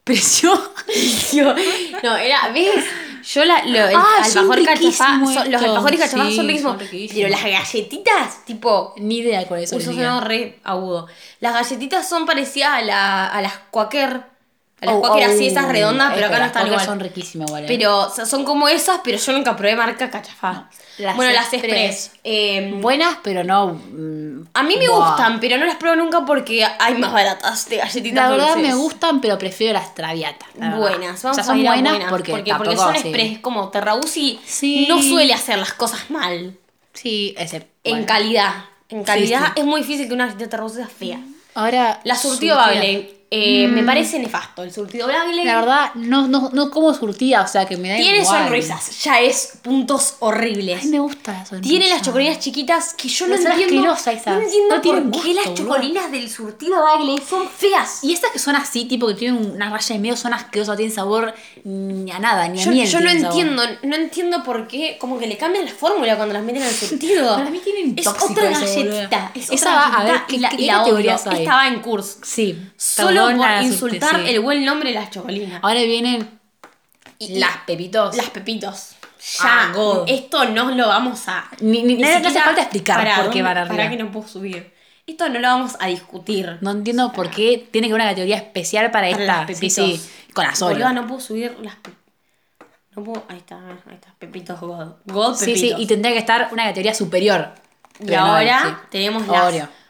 [SPEAKER 1] Precio.
[SPEAKER 2] Yo- no, era, ¿ves? Yo la, lo, el
[SPEAKER 1] Ah, son
[SPEAKER 2] alfajor cachafá,
[SPEAKER 1] riquísimos
[SPEAKER 2] son- los
[SPEAKER 1] estos.
[SPEAKER 2] alfajores cachafá
[SPEAKER 1] Sí,
[SPEAKER 2] son riquísimos,
[SPEAKER 1] son riquísimos.
[SPEAKER 2] pero las galletitas, tipo,
[SPEAKER 1] Ni idea cuál es
[SPEAKER 2] uso
[SPEAKER 1] hoy día.
[SPEAKER 2] sonado re agudo. Las galletitas son parecidas a, la, a las quaker, a las
[SPEAKER 1] Oh,
[SPEAKER 2] quaker
[SPEAKER 1] oh,
[SPEAKER 2] así, esas redondas,
[SPEAKER 1] es
[SPEAKER 2] pero
[SPEAKER 1] que
[SPEAKER 2] acá no
[SPEAKER 1] las
[SPEAKER 2] están
[SPEAKER 1] Quaker
[SPEAKER 2] igual.
[SPEAKER 1] son riquísimas, ¿eh? boludo.
[SPEAKER 2] Pero o sea, son como esas, pero yo nunca probé marca cachafá.
[SPEAKER 1] No. Las
[SPEAKER 2] bueno, las
[SPEAKER 1] Express.
[SPEAKER 2] express. eh,
[SPEAKER 1] Buenas, pero no... mm,
[SPEAKER 2] a mí me
[SPEAKER 1] buah.
[SPEAKER 2] gustan, pero no las pruebo nunca porque hay más baratas de galletitas
[SPEAKER 1] La verdad me
[SPEAKER 2] dulces.
[SPEAKER 1] gustan, pero prefiero las traviatas. la verdad.
[SPEAKER 2] Buenas,
[SPEAKER 1] o
[SPEAKER 2] vamos
[SPEAKER 1] sea, Ah,
[SPEAKER 2] a
[SPEAKER 1] son
[SPEAKER 2] ir a
[SPEAKER 1] buenas, porque,
[SPEAKER 2] porque, porque
[SPEAKER 1] tampoco
[SPEAKER 2] son
[SPEAKER 1] así.
[SPEAKER 2] express, como Terrabuzzi
[SPEAKER 1] Sí.
[SPEAKER 2] no suele hacer las cosas mal.
[SPEAKER 1] Sí, excepto.
[SPEAKER 2] En calidad. En calidad
[SPEAKER 1] sí.
[SPEAKER 2] es muy difícil que una galleta Terrabuzzi sea fea.
[SPEAKER 1] Ahora.
[SPEAKER 2] La
[SPEAKER 1] surtida.
[SPEAKER 2] surtido Bagley eh, me parece nefasto. El surtido Bagley
[SPEAKER 1] Mm. La verdad, no, no, no como surtida, o sea que me da
[SPEAKER 2] tiene
[SPEAKER 1] igual.
[SPEAKER 2] sonrisas, ya es puntos horribles.
[SPEAKER 1] Ay, me gusta la sonrisa.
[SPEAKER 2] Tiene las chocolinas chiquitas que yo no
[SPEAKER 1] Pero son
[SPEAKER 2] entiendo.
[SPEAKER 1] asquerosas esas.
[SPEAKER 2] No entiendo
[SPEAKER 1] No tienen
[SPEAKER 2] por qué
[SPEAKER 1] gusto,
[SPEAKER 2] las
[SPEAKER 1] boluda.
[SPEAKER 2] chocolinas del surtido Bagley son feas.
[SPEAKER 1] Y estas que son así, tipo que tienen una raya en medio, son asquerosas, tienen sabor ni a nada, ni a
[SPEAKER 2] Yo,
[SPEAKER 1] miel.
[SPEAKER 2] yo no
[SPEAKER 1] tienen sabor.
[SPEAKER 2] entiendo, no entiendo por qué, como que le cambian la fórmula cuando las meten al surtido.
[SPEAKER 1] Para mí tienen
[SPEAKER 2] es
[SPEAKER 1] tóxico
[SPEAKER 2] otra
[SPEAKER 1] eso,
[SPEAKER 2] galletita.
[SPEAKER 1] boluda.
[SPEAKER 2] es
[SPEAKER 1] Esa
[SPEAKER 2] otra
[SPEAKER 1] va, a ver,
[SPEAKER 2] galletita
[SPEAKER 1] ¿qué-
[SPEAKER 2] y la,
[SPEAKER 1] qué
[SPEAKER 2] y la
[SPEAKER 1] categorías
[SPEAKER 2] odio.
[SPEAKER 1] hay?
[SPEAKER 2] Esta va en curso.
[SPEAKER 1] Sí.
[SPEAKER 2] Solo
[SPEAKER 1] perdón, la
[SPEAKER 2] por
[SPEAKER 1] asusté,
[SPEAKER 2] insultar
[SPEAKER 1] sí.
[SPEAKER 2] el buen nombre de las chocolinas.
[SPEAKER 1] Ahora vienen
[SPEAKER 2] Y-
[SPEAKER 1] las pepitos.
[SPEAKER 2] Las pepitos. Ya,
[SPEAKER 1] Ah, God.
[SPEAKER 2] esto no lo vamos a.
[SPEAKER 1] Ni- ni- no- no hace
[SPEAKER 2] siquiera-
[SPEAKER 1] falta explicar
[SPEAKER 2] Pará,
[SPEAKER 1] por qué
[SPEAKER 2] ¿dónde-
[SPEAKER 1] van arriba.
[SPEAKER 2] Pará que no puedo subir. Esto no lo vamos a discutir.
[SPEAKER 1] No entiendo por qué tiene que haber una categoría especial para,
[SPEAKER 2] Para
[SPEAKER 1] esta.
[SPEAKER 2] las
[SPEAKER 1] sí,
[SPEAKER 2] pepitos.
[SPEAKER 1] sí. Con las
[SPEAKER 2] Boluda,
[SPEAKER 1] Oreo.
[SPEAKER 2] no puedo subir las. pe- No puedo. Ahí está, ahí está. Pepitos God. God
[SPEAKER 1] Sí,
[SPEAKER 2] pepitos.
[SPEAKER 1] sí, y tendría que estar una categoría superior.
[SPEAKER 2] Y
[SPEAKER 1] Pero no,
[SPEAKER 2] ahora
[SPEAKER 1] sí.
[SPEAKER 2] tenemos las Oreo.
[SPEAKER 1] Oreo.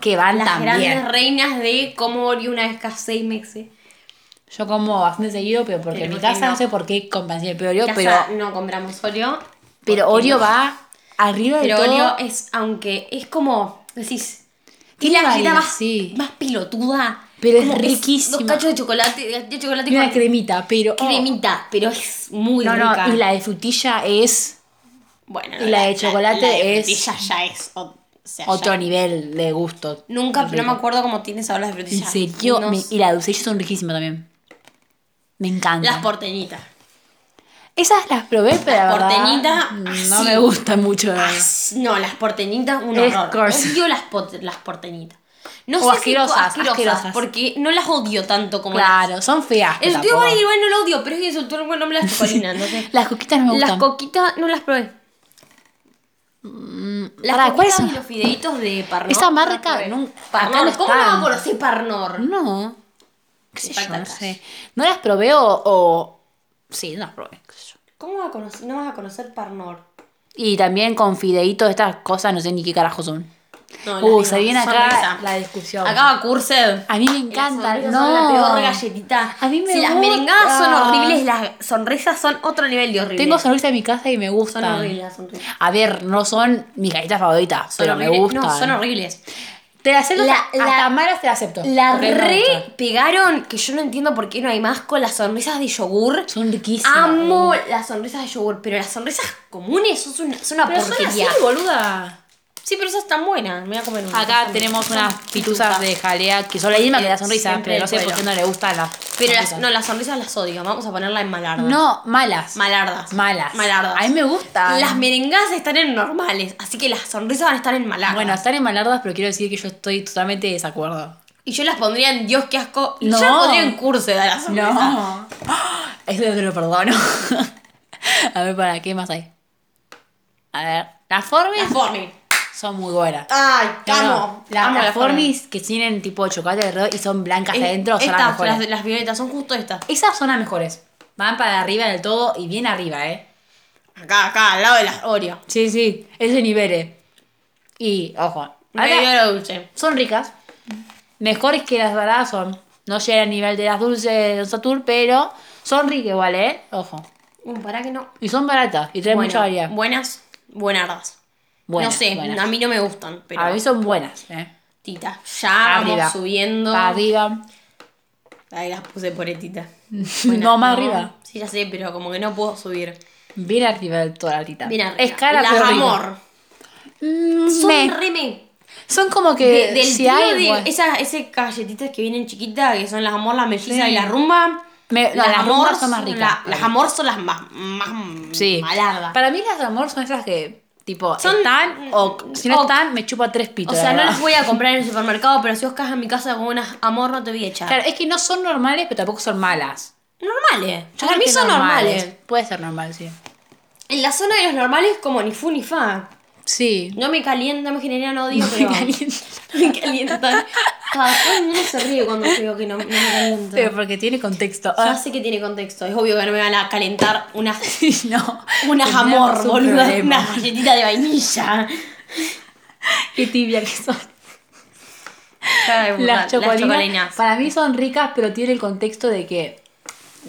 [SPEAKER 1] Que van
[SPEAKER 2] las
[SPEAKER 1] también.
[SPEAKER 2] grandes reinas de como Oreo una vez cada seis meses.
[SPEAKER 1] Yo como bastante seguido, pero porque
[SPEAKER 2] Pero
[SPEAKER 1] en mi
[SPEAKER 2] porque
[SPEAKER 1] casa no.
[SPEAKER 2] no.
[SPEAKER 1] sé por qué compañía el Oreo,
[SPEAKER 2] Casa
[SPEAKER 1] pero,
[SPEAKER 2] no compramos Oreo.
[SPEAKER 1] pero
[SPEAKER 2] porque
[SPEAKER 1] Oreo
[SPEAKER 2] no.
[SPEAKER 1] va arriba de
[SPEAKER 2] Pero
[SPEAKER 1] todo.
[SPEAKER 2] Oreo es, aunque es como, decís,
[SPEAKER 1] Tiene
[SPEAKER 2] es la galleta
[SPEAKER 1] varias,
[SPEAKER 2] más,
[SPEAKER 1] sí.
[SPEAKER 2] más pilotuda.
[SPEAKER 1] Pero es
[SPEAKER 2] Como Dos
[SPEAKER 1] riquísima.
[SPEAKER 2] cachos de chocolate, de chocolate
[SPEAKER 1] Tiene
[SPEAKER 2] con
[SPEAKER 1] una cremita, pero. oh.
[SPEAKER 2] cremita, pero es muy
[SPEAKER 1] No,
[SPEAKER 2] rica.
[SPEAKER 1] no, y la de frutilla es
[SPEAKER 2] bueno,
[SPEAKER 1] y la de chocolate
[SPEAKER 2] la de
[SPEAKER 1] es-
[SPEAKER 2] frutilla ya es, o, o sea, ya-
[SPEAKER 1] otro nivel de gusto.
[SPEAKER 2] Nunca, pero no me acuerdo cómo tiene sabor las
[SPEAKER 1] En
[SPEAKER 2] frutillas.
[SPEAKER 1] serio,
[SPEAKER 2] No
[SPEAKER 1] me-
[SPEAKER 2] sé.
[SPEAKER 1] y la de dulcilla son riquísimas también. Me encantan.
[SPEAKER 2] Las porteñitas.
[SPEAKER 1] Esas las probé, pero la verdad,
[SPEAKER 2] porteñitas,
[SPEAKER 1] no
[SPEAKER 2] así. Ah,
[SPEAKER 1] me gustan mucho. la verdad.
[SPEAKER 2] No, las porteñitas, un
[SPEAKER 1] Es
[SPEAKER 2] horror.
[SPEAKER 1] corso.
[SPEAKER 2] Odio las, pot- las porteñitas. No
[SPEAKER 1] O
[SPEAKER 2] sé
[SPEAKER 1] asquerosas,
[SPEAKER 2] si asquerosas,
[SPEAKER 1] asquerosas.
[SPEAKER 2] porque no las odio tanto como
[SPEAKER 1] Claro, son feas.
[SPEAKER 2] las... El tío
[SPEAKER 1] tampoco.
[SPEAKER 2] Barney igual no lo odio, pero es que insultó el buen nombre de las chocolinas, no sé.
[SPEAKER 1] Las coquitas no me
[SPEAKER 2] Las
[SPEAKER 1] gustan.
[SPEAKER 2] coquitas no las probé. Las
[SPEAKER 1] Mm, pará, ¿cuáles
[SPEAKER 2] coquitas
[SPEAKER 1] son
[SPEAKER 2] y
[SPEAKER 1] las-
[SPEAKER 2] los fideitos de Parnor.
[SPEAKER 1] Esa marca
[SPEAKER 2] no las probé.
[SPEAKER 1] nun- acá
[SPEAKER 2] Parnor,
[SPEAKER 1] no
[SPEAKER 2] ¿cómo no
[SPEAKER 1] están.
[SPEAKER 2] va a conocer Parnor?
[SPEAKER 1] No. ¿Qué sé yo? No
[SPEAKER 2] Patatas.
[SPEAKER 1] sé. No las probé o. o- Sí, no las probé. qué sé yo.
[SPEAKER 2] ¿Cómo va a conocer, no vas a conocer Parnor?
[SPEAKER 1] Y también con fideitos, estas cosas, no sé ni qué carajo son.
[SPEAKER 2] No, las
[SPEAKER 1] uh,
[SPEAKER 2] mismas,
[SPEAKER 1] se viene
[SPEAKER 2] son
[SPEAKER 1] acá
[SPEAKER 2] risa.
[SPEAKER 1] la discusión.
[SPEAKER 2] Acá va Cursed.
[SPEAKER 1] A mí me encanta.
[SPEAKER 2] encanta Las
[SPEAKER 1] No.
[SPEAKER 2] sonrisas son la peor galletita.
[SPEAKER 1] A mí me
[SPEAKER 2] si las
[SPEAKER 1] gusta.
[SPEAKER 2] merengadas son horribles, las sonrisas son otro nivel de horribles.
[SPEAKER 1] Tengo sonrisas en mi casa y me
[SPEAKER 2] son
[SPEAKER 1] gustan.
[SPEAKER 2] horribles las sonrisas.
[SPEAKER 1] A ver, no son mis galletas favoritas,
[SPEAKER 2] Son
[SPEAKER 1] pero me
[SPEAKER 2] horribles.
[SPEAKER 1] gustan.
[SPEAKER 2] No, son horribles.
[SPEAKER 1] Te la acepto.
[SPEAKER 2] La-
[SPEAKER 1] hasta-
[SPEAKER 2] la-
[SPEAKER 1] hasta malas te la acepto.
[SPEAKER 2] La
[SPEAKER 1] porque me
[SPEAKER 2] re
[SPEAKER 1] gustan.
[SPEAKER 2] pegaron, que yo no entiendo por qué no hay más con las sonrisas de yogur.
[SPEAKER 1] Son riquísimas.
[SPEAKER 2] Amo las sonrisas de yogur, pero las sonrisas comunes son una, son una
[SPEAKER 1] Pero son así,
[SPEAKER 2] porquería.
[SPEAKER 1] boluda.
[SPEAKER 2] sí, pero esas están buenas. Me voy a comer una.
[SPEAKER 1] Acá
[SPEAKER 2] Son-
[SPEAKER 1] tenemos
[SPEAKER 2] son
[SPEAKER 1] unas pituzas de jalea que son la misma que la sonrisa,
[SPEAKER 2] Siempre
[SPEAKER 1] pero no sé
[SPEAKER 2] el
[SPEAKER 1] por qué no le gusta la.
[SPEAKER 2] Pero las, no, las sonrisas las odio. Vamos a ponerla en malarda.
[SPEAKER 1] No, malas.
[SPEAKER 2] Malardas.
[SPEAKER 1] Malas.
[SPEAKER 2] Malardas.
[SPEAKER 1] A mí me gustan.
[SPEAKER 2] Las merengadas están en normales, así que las sonrisas van a estar en malardas.
[SPEAKER 1] Bueno, están en malardas, pero quiero decir que yo estoy totalmente de desacuerdo.
[SPEAKER 2] Y yo las pondría en Dios, qué asco.
[SPEAKER 1] No.
[SPEAKER 2] Yo las pondría en curse de las sonrisas.
[SPEAKER 1] Eso te lo perdono. A ver, para, ¿qué más hay? A ver, las
[SPEAKER 2] Las
[SPEAKER 1] formis
[SPEAKER 2] Formis.
[SPEAKER 1] son muy buenas.
[SPEAKER 2] Ay,
[SPEAKER 1] No,
[SPEAKER 2] amo.
[SPEAKER 1] no, la-
[SPEAKER 2] amo
[SPEAKER 1] las
[SPEAKER 2] las
[SPEAKER 1] formis que tienen tipo chocolate alrededor y son blancas
[SPEAKER 2] Es-
[SPEAKER 1] adentro son las
[SPEAKER 2] Estas,
[SPEAKER 1] mejores.
[SPEAKER 2] las, las violetas, son justo estas.
[SPEAKER 1] Esas son las mejores. Van para arriba del todo y bien arriba, ¿eh?
[SPEAKER 2] Acá, acá, al lado de las Oreo.
[SPEAKER 1] Sí, sí, ese nivel. eh. Y, ojo, ahora
[SPEAKER 2] Medio dulce.
[SPEAKER 1] son ricas, mejores que las doradas son. No llega al nivel de las dulces de Satur, pero son ricas igual, ¿eh? Ojo.
[SPEAKER 2] Uh, para que no.
[SPEAKER 1] Y son baratas y traen
[SPEAKER 2] Bueno,
[SPEAKER 1] mucha variedad.
[SPEAKER 2] Buenas, buenardas.
[SPEAKER 1] Buenas,
[SPEAKER 2] no sé,
[SPEAKER 1] buenas.
[SPEAKER 2] a mí no me gustan, pero.
[SPEAKER 1] A mí son buenas, ¿eh?
[SPEAKER 2] Tita, ya
[SPEAKER 1] Arriba.
[SPEAKER 2] vamos subiendo.
[SPEAKER 1] Para arriba.
[SPEAKER 2] Ahí las puse por etita.
[SPEAKER 1] no, más arriba.
[SPEAKER 2] Sí, ya sé, pero como que no puedo subir.
[SPEAKER 1] Bien arriba de toda la tita.
[SPEAKER 2] Bien arriba.
[SPEAKER 1] Es cara,
[SPEAKER 2] las
[SPEAKER 1] pero rica.
[SPEAKER 2] amor.
[SPEAKER 1] Mm,
[SPEAKER 2] Son
[SPEAKER 1] me-
[SPEAKER 2] reme.
[SPEAKER 1] son como que
[SPEAKER 2] De- del
[SPEAKER 1] si
[SPEAKER 2] tío
[SPEAKER 1] hay,
[SPEAKER 2] de
[SPEAKER 1] bueno,
[SPEAKER 2] esas, esas galletitas que vienen chiquitas, que son las amor, las mellizas
[SPEAKER 1] Sí.
[SPEAKER 2] y la rumba.
[SPEAKER 1] Me- no, las rumbas son más ricas.
[SPEAKER 2] la- las amor son las más, más
[SPEAKER 1] sí.
[SPEAKER 2] malardas.
[SPEAKER 1] Para mí las de amor son esas que tipo
[SPEAKER 2] Son-
[SPEAKER 1] están o si no
[SPEAKER 2] o-
[SPEAKER 1] están me chupa tres
[SPEAKER 2] O
[SPEAKER 1] pitos.
[SPEAKER 2] sea,
[SPEAKER 1] la
[SPEAKER 2] no
[SPEAKER 1] verdad.
[SPEAKER 2] las voy a comprar en el supermercado, pero si vos caes a mi casa con unas amor, no te voy a echar.
[SPEAKER 1] Claro, es que no son normales, pero tampoco son malas.
[SPEAKER 2] Normales.
[SPEAKER 1] Yo
[SPEAKER 2] Para
[SPEAKER 1] creo
[SPEAKER 2] mí
[SPEAKER 1] que eh.
[SPEAKER 2] son normales.
[SPEAKER 1] Puede ser normal, sí.
[SPEAKER 2] En la zona de los normales, como ni fu ni fa.
[SPEAKER 1] Sí.
[SPEAKER 2] No me calienta, me generan
[SPEAKER 1] Me
[SPEAKER 2] odio, pero.
[SPEAKER 1] calienta.
[SPEAKER 2] me calientan. Cada- Todo el mundo se ríe cuando digo que no, no me calienta.
[SPEAKER 1] Pero porque tiene contexto.
[SPEAKER 2] Ya sé que tiene contexto. Es obvio que no me van a calentar unas,
[SPEAKER 1] Sí, no.
[SPEAKER 2] unas
[SPEAKER 1] Tendríamos
[SPEAKER 2] amor,
[SPEAKER 1] un
[SPEAKER 2] boludo.
[SPEAKER 1] problema.
[SPEAKER 2] Unas galletitas de vainilla.
[SPEAKER 1] Qué tibia que son.
[SPEAKER 2] Las
[SPEAKER 1] Las chocolinas,
[SPEAKER 2] chocolinas.
[SPEAKER 1] Para mí son ricas, pero tiene el contexto de que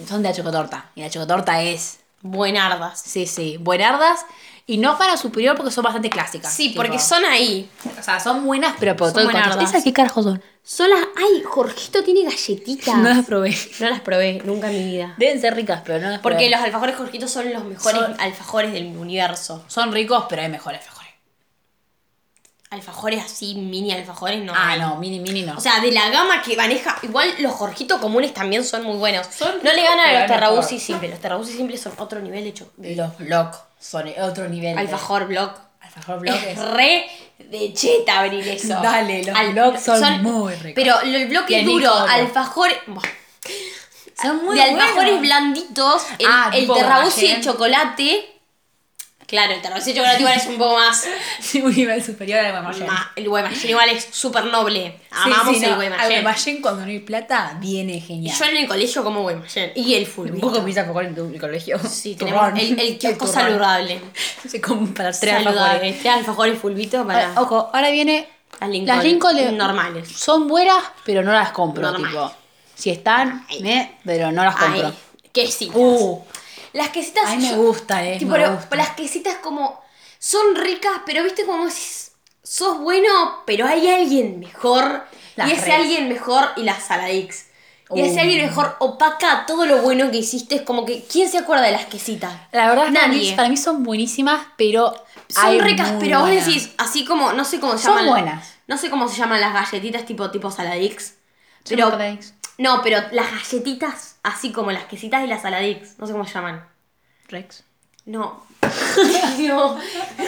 [SPEAKER 1] son de la chocotorta. Y la chocotorta es,
[SPEAKER 2] Buenardas.
[SPEAKER 1] sí, sí, buenardas. Y no para superior porque son bastante clásicas.
[SPEAKER 2] Sí,
[SPEAKER 1] tipo.
[SPEAKER 2] porque son ahí.
[SPEAKER 1] O sea, son buenas, pero por
[SPEAKER 2] Son
[SPEAKER 1] todo el contexto.
[SPEAKER 2] buenardas.
[SPEAKER 1] ¿Esas qué carajo son?
[SPEAKER 2] Son las. ¡Ay! Jorgito tiene galletitas.
[SPEAKER 1] No las probé.
[SPEAKER 2] No las probé nunca en mi vida.
[SPEAKER 1] Deben ser ricas, pero no las
[SPEAKER 2] Porque
[SPEAKER 1] probé.
[SPEAKER 2] los alfajores Jorgitos son los mejores
[SPEAKER 1] Son-
[SPEAKER 2] alfajores del universo.
[SPEAKER 1] Son ricos, pero hay mejores alfajores.
[SPEAKER 2] Alfajores así, mini alfajores, no.
[SPEAKER 1] Ah,
[SPEAKER 2] hay.
[SPEAKER 1] no, mini, mini no.
[SPEAKER 2] O sea, de la gama que maneja, igual los Jorgitos comunes también son muy buenos.
[SPEAKER 1] Son
[SPEAKER 2] no le
[SPEAKER 1] ricos,
[SPEAKER 2] ganan
[SPEAKER 1] pero
[SPEAKER 2] a los
[SPEAKER 1] hay mejor.
[SPEAKER 2] terrabuzzi simples. Los terrabuzzi simples son otro nivel de hecho.
[SPEAKER 1] los block son otro nivel. de-
[SPEAKER 2] Alfajor Block.
[SPEAKER 1] Alfajor block
[SPEAKER 2] Es
[SPEAKER 1] es...
[SPEAKER 2] re de cheta abrir eso.
[SPEAKER 1] Dale, los block son muy ricos.
[SPEAKER 2] Pero el block
[SPEAKER 1] Y
[SPEAKER 2] es
[SPEAKER 1] el
[SPEAKER 2] duro.
[SPEAKER 1] Nicorbo.
[SPEAKER 2] Alfajor. buah,
[SPEAKER 1] Son
[SPEAKER 2] de alfajores blanditos. El,
[SPEAKER 1] Ah,
[SPEAKER 2] el
[SPEAKER 1] tipo
[SPEAKER 2] terrabuzzi de
[SPEAKER 1] Guayen.
[SPEAKER 2] chocolate. Claro, el terrabuzzi de chocolate igual es un poco más.
[SPEAKER 1] Sí, un nivel superior al Guaymallén.
[SPEAKER 2] Ma- el Guaymallén igual es súper noble.
[SPEAKER 1] Sí, sí,
[SPEAKER 2] Amamos el
[SPEAKER 1] no, Al
[SPEAKER 2] Guaymallén.
[SPEAKER 1] Guaymallén cuando no hay plata viene
[SPEAKER 2] Y
[SPEAKER 1] genial.
[SPEAKER 2] Yo en el colegio como Guaymallén. Y el fulvito.
[SPEAKER 1] ¿Vos comiste alfajor en tu el colegio?
[SPEAKER 2] Sí, tenemos
[SPEAKER 1] Turrón.
[SPEAKER 2] el, el kiosco
[SPEAKER 1] turrón.
[SPEAKER 2] saludable.
[SPEAKER 1] Se compra tres
[SPEAKER 2] Saludable.
[SPEAKER 1] alfajores.
[SPEAKER 2] Tres alfajores fulvito para
[SPEAKER 1] Ahora, Ojo, ahora viene...
[SPEAKER 2] las Lincoln.
[SPEAKER 1] Las Lincoln
[SPEAKER 2] normales.
[SPEAKER 1] son buenas, pero no las compro,
[SPEAKER 2] Normal.
[SPEAKER 1] tipo. Si están, me, pero no las compro.
[SPEAKER 2] Ay, quesitas.
[SPEAKER 1] Uh,
[SPEAKER 2] Las quesitas.
[SPEAKER 1] Ay, me
[SPEAKER 2] yo-
[SPEAKER 1] gusta, eh,
[SPEAKER 2] tipo,
[SPEAKER 1] me
[SPEAKER 2] pero
[SPEAKER 1] gusta.
[SPEAKER 2] las quesitas como. Son ricas, pero viste como decís. Sos bueno, pero hay alguien mejor.
[SPEAKER 1] Las
[SPEAKER 2] y ese
[SPEAKER 1] res.
[SPEAKER 2] alguien mejor y las Saladix. Y ese
[SPEAKER 1] Uh.
[SPEAKER 2] alguien mejor opaca todo lo bueno que hiciste. Es como que. ¿Quién se acuerda de las quesitas?
[SPEAKER 1] la verdad, para mí,
[SPEAKER 2] Nadie.
[SPEAKER 1] para mí son buenísimas, pero.
[SPEAKER 2] Son
[SPEAKER 1] hay
[SPEAKER 2] ricas,
[SPEAKER 1] muy
[SPEAKER 2] pero vos
[SPEAKER 1] buenas.
[SPEAKER 2] decís, así como, no sé cómo se
[SPEAKER 1] Son
[SPEAKER 2] llaman.
[SPEAKER 1] buenas.
[SPEAKER 2] No sé cómo se llaman las galletitas tipo, tipo Saladix.
[SPEAKER 1] Son
[SPEAKER 2] Pero,
[SPEAKER 1] Saladix.
[SPEAKER 2] no, pero las galletitas, así como las quesitas y las Saladix, no sé cómo se llaman.
[SPEAKER 1] Rex.
[SPEAKER 2] No. no,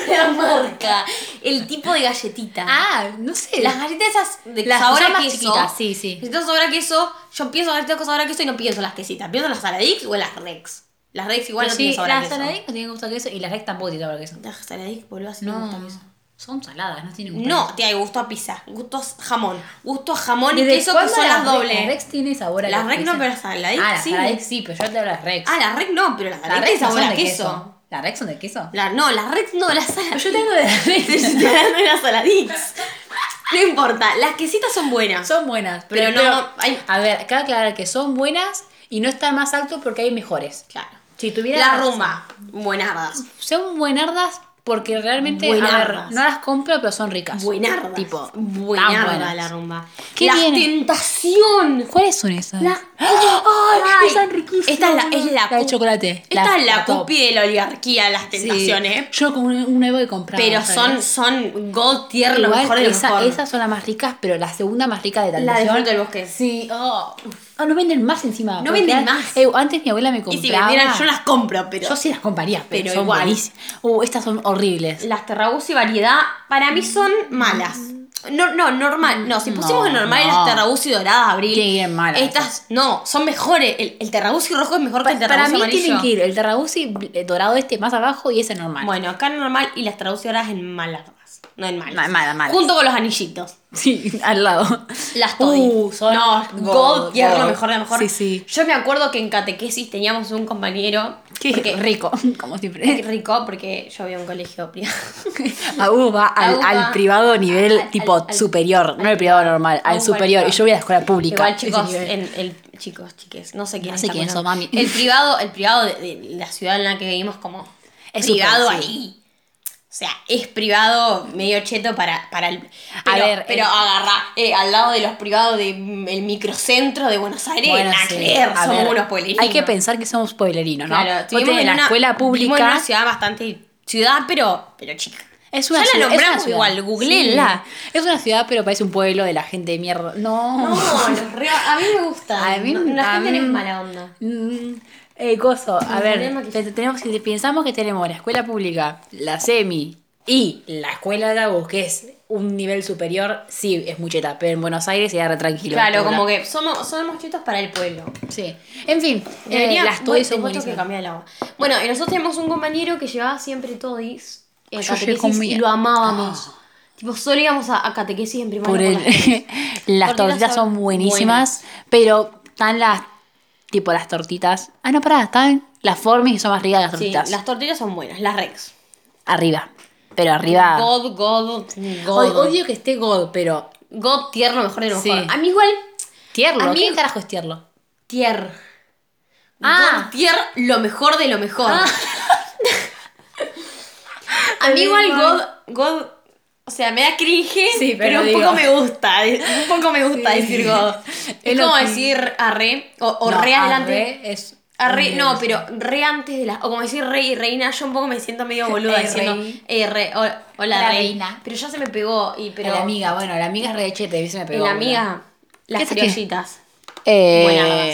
[SPEAKER 2] la marca. El tipo de galletita.
[SPEAKER 1] Ah, no sé.
[SPEAKER 2] Las galletitas esas de
[SPEAKER 1] Las
[SPEAKER 2] sabor
[SPEAKER 1] que
[SPEAKER 2] a
[SPEAKER 1] son más
[SPEAKER 2] queso.
[SPEAKER 1] chiquitas, sí, sí.
[SPEAKER 2] Galletitas sabor a queso. Yo pienso en galletitas con sabor a queso y no pienso en las quesitas. Pienso en las Saladix o en las Rex. Las Rex igual
[SPEAKER 1] Pero
[SPEAKER 2] no
[SPEAKER 1] sí,
[SPEAKER 2] tienen sabor a
[SPEAKER 1] las
[SPEAKER 2] queso.
[SPEAKER 1] saladix no tienen gusto a queso y las rex tampoco tienen sabor a queso.
[SPEAKER 2] Las Saladix, boludo, así no. me gusta
[SPEAKER 1] No,
[SPEAKER 2] queso.
[SPEAKER 1] son saladas, no tienen gusto a
[SPEAKER 2] No,
[SPEAKER 1] queso.
[SPEAKER 2] te hay gusto a pizza, gusto a jamón, gusto a jamón y
[SPEAKER 1] ¿Desde
[SPEAKER 2] queso que
[SPEAKER 1] cuándo
[SPEAKER 2] son las
[SPEAKER 1] Rex-
[SPEAKER 2] dobles.
[SPEAKER 1] Las rex tienen sabor a
[SPEAKER 2] Las
[SPEAKER 1] queso.
[SPEAKER 2] Rex no, pero las Saladix
[SPEAKER 1] Ah, las
[SPEAKER 2] sí.
[SPEAKER 1] saladix sí, pero yo te hablo de las rex.
[SPEAKER 2] Ah, las Rex no, pero las
[SPEAKER 1] las
[SPEAKER 2] Saladix
[SPEAKER 1] rex no
[SPEAKER 2] sabor
[SPEAKER 1] son
[SPEAKER 2] a
[SPEAKER 1] de
[SPEAKER 2] queso.
[SPEAKER 1] queso. ¿Las rex son de queso?
[SPEAKER 2] La- no, las Rex no, las Saladix.
[SPEAKER 1] Yo tengo de las rex.
[SPEAKER 2] Estoy hablando de las Saladix. No importa, las quesitas son buenas.
[SPEAKER 1] Son buenas, pero,
[SPEAKER 2] Pero no, hay-
[SPEAKER 1] A ver, acá aclarar que son buenas y no están más alto porque hay mejores.
[SPEAKER 2] Claro.
[SPEAKER 1] Si tuviera
[SPEAKER 2] La rumba, buenardas.
[SPEAKER 1] Son buenardas porque realmente a ver,
[SPEAKER 2] Buenardas.
[SPEAKER 1] no las compro, pero son ricas.
[SPEAKER 2] Buenardas.
[SPEAKER 1] Tipo, tan
[SPEAKER 2] buenarda
[SPEAKER 1] buenas.
[SPEAKER 2] la rumba.
[SPEAKER 1] ¿Qué
[SPEAKER 2] la
[SPEAKER 1] viene?
[SPEAKER 2] tentación.
[SPEAKER 1] ¿Cuáles son esas?
[SPEAKER 2] La-
[SPEAKER 1] ¡Ay!
[SPEAKER 2] Ay,
[SPEAKER 1] Esas riquísimas.
[SPEAKER 2] Esta es la, es la,
[SPEAKER 1] de
[SPEAKER 2] cu-
[SPEAKER 1] chocolate.
[SPEAKER 2] Esta es la,
[SPEAKER 1] top.
[SPEAKER 2] cupi de la oligarquía, las
[SPEAKER 1] Sí.
[SPEAKER 2] tentaciones. ¿eh?
[SPEAKER 1] Yo con un un nuevo he comprado.
[SPEAKER 2] Pero
[SPEAKER 1] ¿sabes?
[SPEAKER 2] son, son gold tier, lo
[SPEAKER 1] Igual,
[SPEAKER 2] mejor de lo
[SPEAKER 1] esa-
[SPEAKER 2] mejor.
[SPEAKER 1] Esas son las más ricas, pero la segunda más rica de
[SPEAKER 2] la de
[SPEAKER 1] Tentación.
[SPEAKER 2] fruto del bosque.
[SPEAKER 1] Sí, oh. Ah, no venden más encima.
[SPEAKER 2] No
[SPEAKER 1] porque
[SPEAKER 2] venden
[SPEAKER 1] an-
[SPEAKER 2] más.
[SPEAKER 1] Eh, antes mi abuela me
[SPEAKER 2] Y
[SPEAKER 1] compraba.
[SPEAKER 2] si vendieran, yo las compro, pero.
[SPEAKER 1] Yo sí las compraría, pero,
[SPEAKER 2] Pero
[SPEAKER 1] son
[SPEAKER 2] igual.
[SPEAKER 1] buenísimas. Uh, estas son horribles.
[SPEAKER 2] Las terrabuzzi variedad, para mí son malas. No, no, normal. No, si pusimos
[SPEAKER 1] No,
[SPEAKER 2] en normal
[SPEAKER 1] no.
[SPEAKER 2] las terrabuzzi doradas, abril.
[SPEAKER 1] Tienen que ir malas.
[SPEAKER 2] Estas, no, son mejores. El, el terrabuzzi rojo es mejor que el
[SPEAKER 1] Para
[SPEAKER 2] terrabuzzi
[SPEAKER 1] mí
[SPEAKER 2] amarillo.
[SPEAKER 1] tienen que ir el terrabuzzi eh, dorado este más abajo y ese normal.
[SPEAKER 2] Bueno, acá en normal y las terrabuzzi doradas en malas. No en malas.
[SPEAKER 1] Ma- mala, mala.
[SPEAKER 2] Junto con los anillitos.
[SPEAKER 1] Sí, al lado.
[SPEAKER 2] Las Toddy.
[SPEAKER 1] uh, son
[SPEAKER 2] no,
[SPEAKER 1] gold,
[SPEAKER 2] God, tierra,
[SPEAKER 1] gold.
[SPEAKER 2] mejor de lo mejor.
[SPEAKER 1] Sí, sí.
[SPEAKER 2] Yo me acuerdo que en catequesis teníamos un compañero
[SPEAKER 1] Qué
[SPEAKER 2] Porque-
[SPEAKER 1] rico, como siempre.
[SPEAKER 2] Es rico porque yo había un colegio privado.
[SPEAKER 1] A Hugo va al,
[SPEAKER 2] A Hugo
[SPEAKER 1] al
[SPEAKER 2] va
[SPEAKER 1] privado nivel
[SPEAKER 2] al-
[SPEAKER 1] tipo
[SPEAKER 2] al- al-
[SPEAKER 1] superior, no el privado normal,
[SPEAKER 2] A
[SPEAKER 1] al
[SPEAKER 2] Hugo
[SPEAKER 1] superior.
[SPEAKER 2] al-
[SPEAKER 1] Y yo voy a la escuela pública.
[SPEAKER 2] Igual,
[SPEAKER 1] ese
[SPEAKER 2] chicos,
[SPEAKER 1] nivel.
[SPEAKER 2] en el, chicos, chiques, no sé quién
[SPEAKER 1] No sé
[SPEAKER 2] está
[SPEAKER 1] quién
[SPEAKER 2] escuchando.
[SPEAKER 1] sos, mami.
[SPEAKER 2] El privado, el privado de, de la ciudad en la que vivimos como
[SPEAKER 1] Es
[SPEAKER 2] privado
[SPEAKER 1] súper, sí.
[SPEAKER 2] ahí. O sea, es privado medio cheto para, para el... Pero,
[SPEAKER 1] ver,
[SPEAKER 2] pero
[SPEAKER 1] el-
[SPEAKER 2] agarra, eh, al lado de los privados del microcentro de Buenos Aires,
[SPEAKER 1] Bueno,
[SPEAKER 2] nada
[SPEAKER 1] sí,
[SPEAKER 2] que ver,
[SPEAKER 1] a
[SPEAKER 2] somos
[SPEAKER 1] ver,
[SPEAKER 2] unos pueblerinos.
[SPEAKER 1] Hay que pensar que somos pueblerinos, ¿no?
[SPEAKER 2] Claro,
[SPEAKER 1] Vos
[SPEAKER 2] estuvimos
[SPEAKER 1] tenés
[SPEAKER 2] en
[SPEAKER 1] la
[SPEAKER 2] una-
[SPEAKER 1] escuela
[SPEAKER 2] vivimos
[SPEAKER 1] pública.
[SPEAKER 2] en una ciudad bastante ciudad, pero, pero chica.
[SPEAKER 1] Es una ciudad-
[SPEAKER 2] ya la
[SPEAKER 1] es una
[SPEAKER 2] nombramos
[SPEAKER 1] ciudad.
[SPEAKER 2] igual, googleenla.
[SPEAKER 1] Sí. Es una ciudad, pero parece un pueblo de la gente de mierda. No.
[SPEAKER 2] No, los re- a mí me gusta.
[SPEAKER 1] A mí-
[SPEAKER 2] la
[SPEAKER 1] a
[SPEAKER 2] gente no
[SPEAKER 1] mí-
[SPEAKER 2] es mala onda.
[SPEAKER 1] Mm, eh, coso, a ver,
[SPEAKER 2] tenemos que-
[SPEAKER 1] pe- tenemos que, pensamos que tenemos la escuela pública, la semi y la escuela de Agus, que es un nivel superior, sí, es mucheta, pero en Buenos Aires se re tranquilo.
[SPEAKER 2] Claro,
[SPEAKER 1] Pobre.
[SPEAKER 2] como que somos, somos chetos para el pueblo.
[SPEAKER 1] Sí. En fin, eh,
[SPEAKER 2] Debería,
[SPEAKER 1] las todis son
[SPEAKER 2] bueno, tengo
[SPEAKER 1] buenísimas.
[SPEAKER 2] que cambiar el agua. Bueno, y nosotros tenemos un compañero que llevaba siempre todis en
[SPEAKER 1] Yo llegué
[SPEAKER 2] catequesis
[SPEAKER 1] con mi- Ah.
[SPEAKER 2] y lo amábamos. Tipo, solo íbamos a, a catequesis en
[SPEAKER 1] Por
[SPEAKER 2] primaria.
[SPEAKER 1] el,
[SPEAKER 2] con las todis.
[SPEAKER 1] las
[SPEAKER 2] Tortitas
[SPEAKER 1] tortitas
[SPEAKER 2] son
[SPEAKER 1] son buenísimas, pero están las, tipo las tortitas. Ah, no, pará, están las formis que son más ricas que las
[SPEAKER 2] Sí,
[SPEAKER 1] tortitas.
[SPEAKER 2] las tortillas son buenas, las Rex.
[SPEAKER 1] Arriba, pero arriba.
[SPEAKER 2] God, God,
[SPEAKER 1] Odio,
[SPEAKER 2] God.
[SPEAKER 1] odio que esté God, pero
[SPEAKER 2] God tierno, mejor de lo
[SPEAKER 1] Sí.
[SPEAKER 2] mejor. A mí igual,
[SPEAKER 1] tierno.
[SPEAKER 2] A mí-
[SPEAKER 1] ¿Qué carajo es tierno?
[SPEAKER 2] tier.
[SPEAKER 1] Ah.
[SPEAKER 2] God tier, lo mejor de lo mejor. Ah. A mí igual God, God, o sea, me da cringe,
[SPEAKER 1] Sí,
[SPEAKER 2] pero,
[SPEAKER 1] pero
[SPEAKER 2] un
[SPEAKER 1] digo.
[SPEAKER 2] poco me gusta, un poco me gusta
[SPEAKER 1] Sí.
[SPEAKER 2] decir God. Es
[SPEAKER 1] Es lo
[SPEAKER 2] como
[SPEAKER 1] que-
[SPEAKER 2] decir arre o, o
[SPEAKER 1] No,
[SPEAKER 2] re adelante.
[SPEAKER 1] arre es.
[SPEAKER 2] Arre, no, pero re antes de la... O como decir rey y reina, yo un poco me siento medio boluda
[SPEAKER 1] Eh,
[SPEAKER 2] diciendo...
[SPEAKER 1] rey.
[SPEAKER 2] Eh, re, o- hola,
[SPEAKER 1] La
[SPEAKER 2] rey.
[SPEAKER 1] reina.
[SPEAKER 2] Pero ya se me pegó y pero...
[SPEAKER 1] La amiga, bueno, la amiga es re de chete, a mí se me
[SPEAKER 2] y
[SPEAKER 1] pegó.
[SPEAKER 2] la
[SPEAKER 1] boludo.
[SPEAKER 2] amiga, las
[SPEAKER 1] ¿Qué es que-
[SPEAKER 2] criollitas.
[SPEAKER 1] Eh,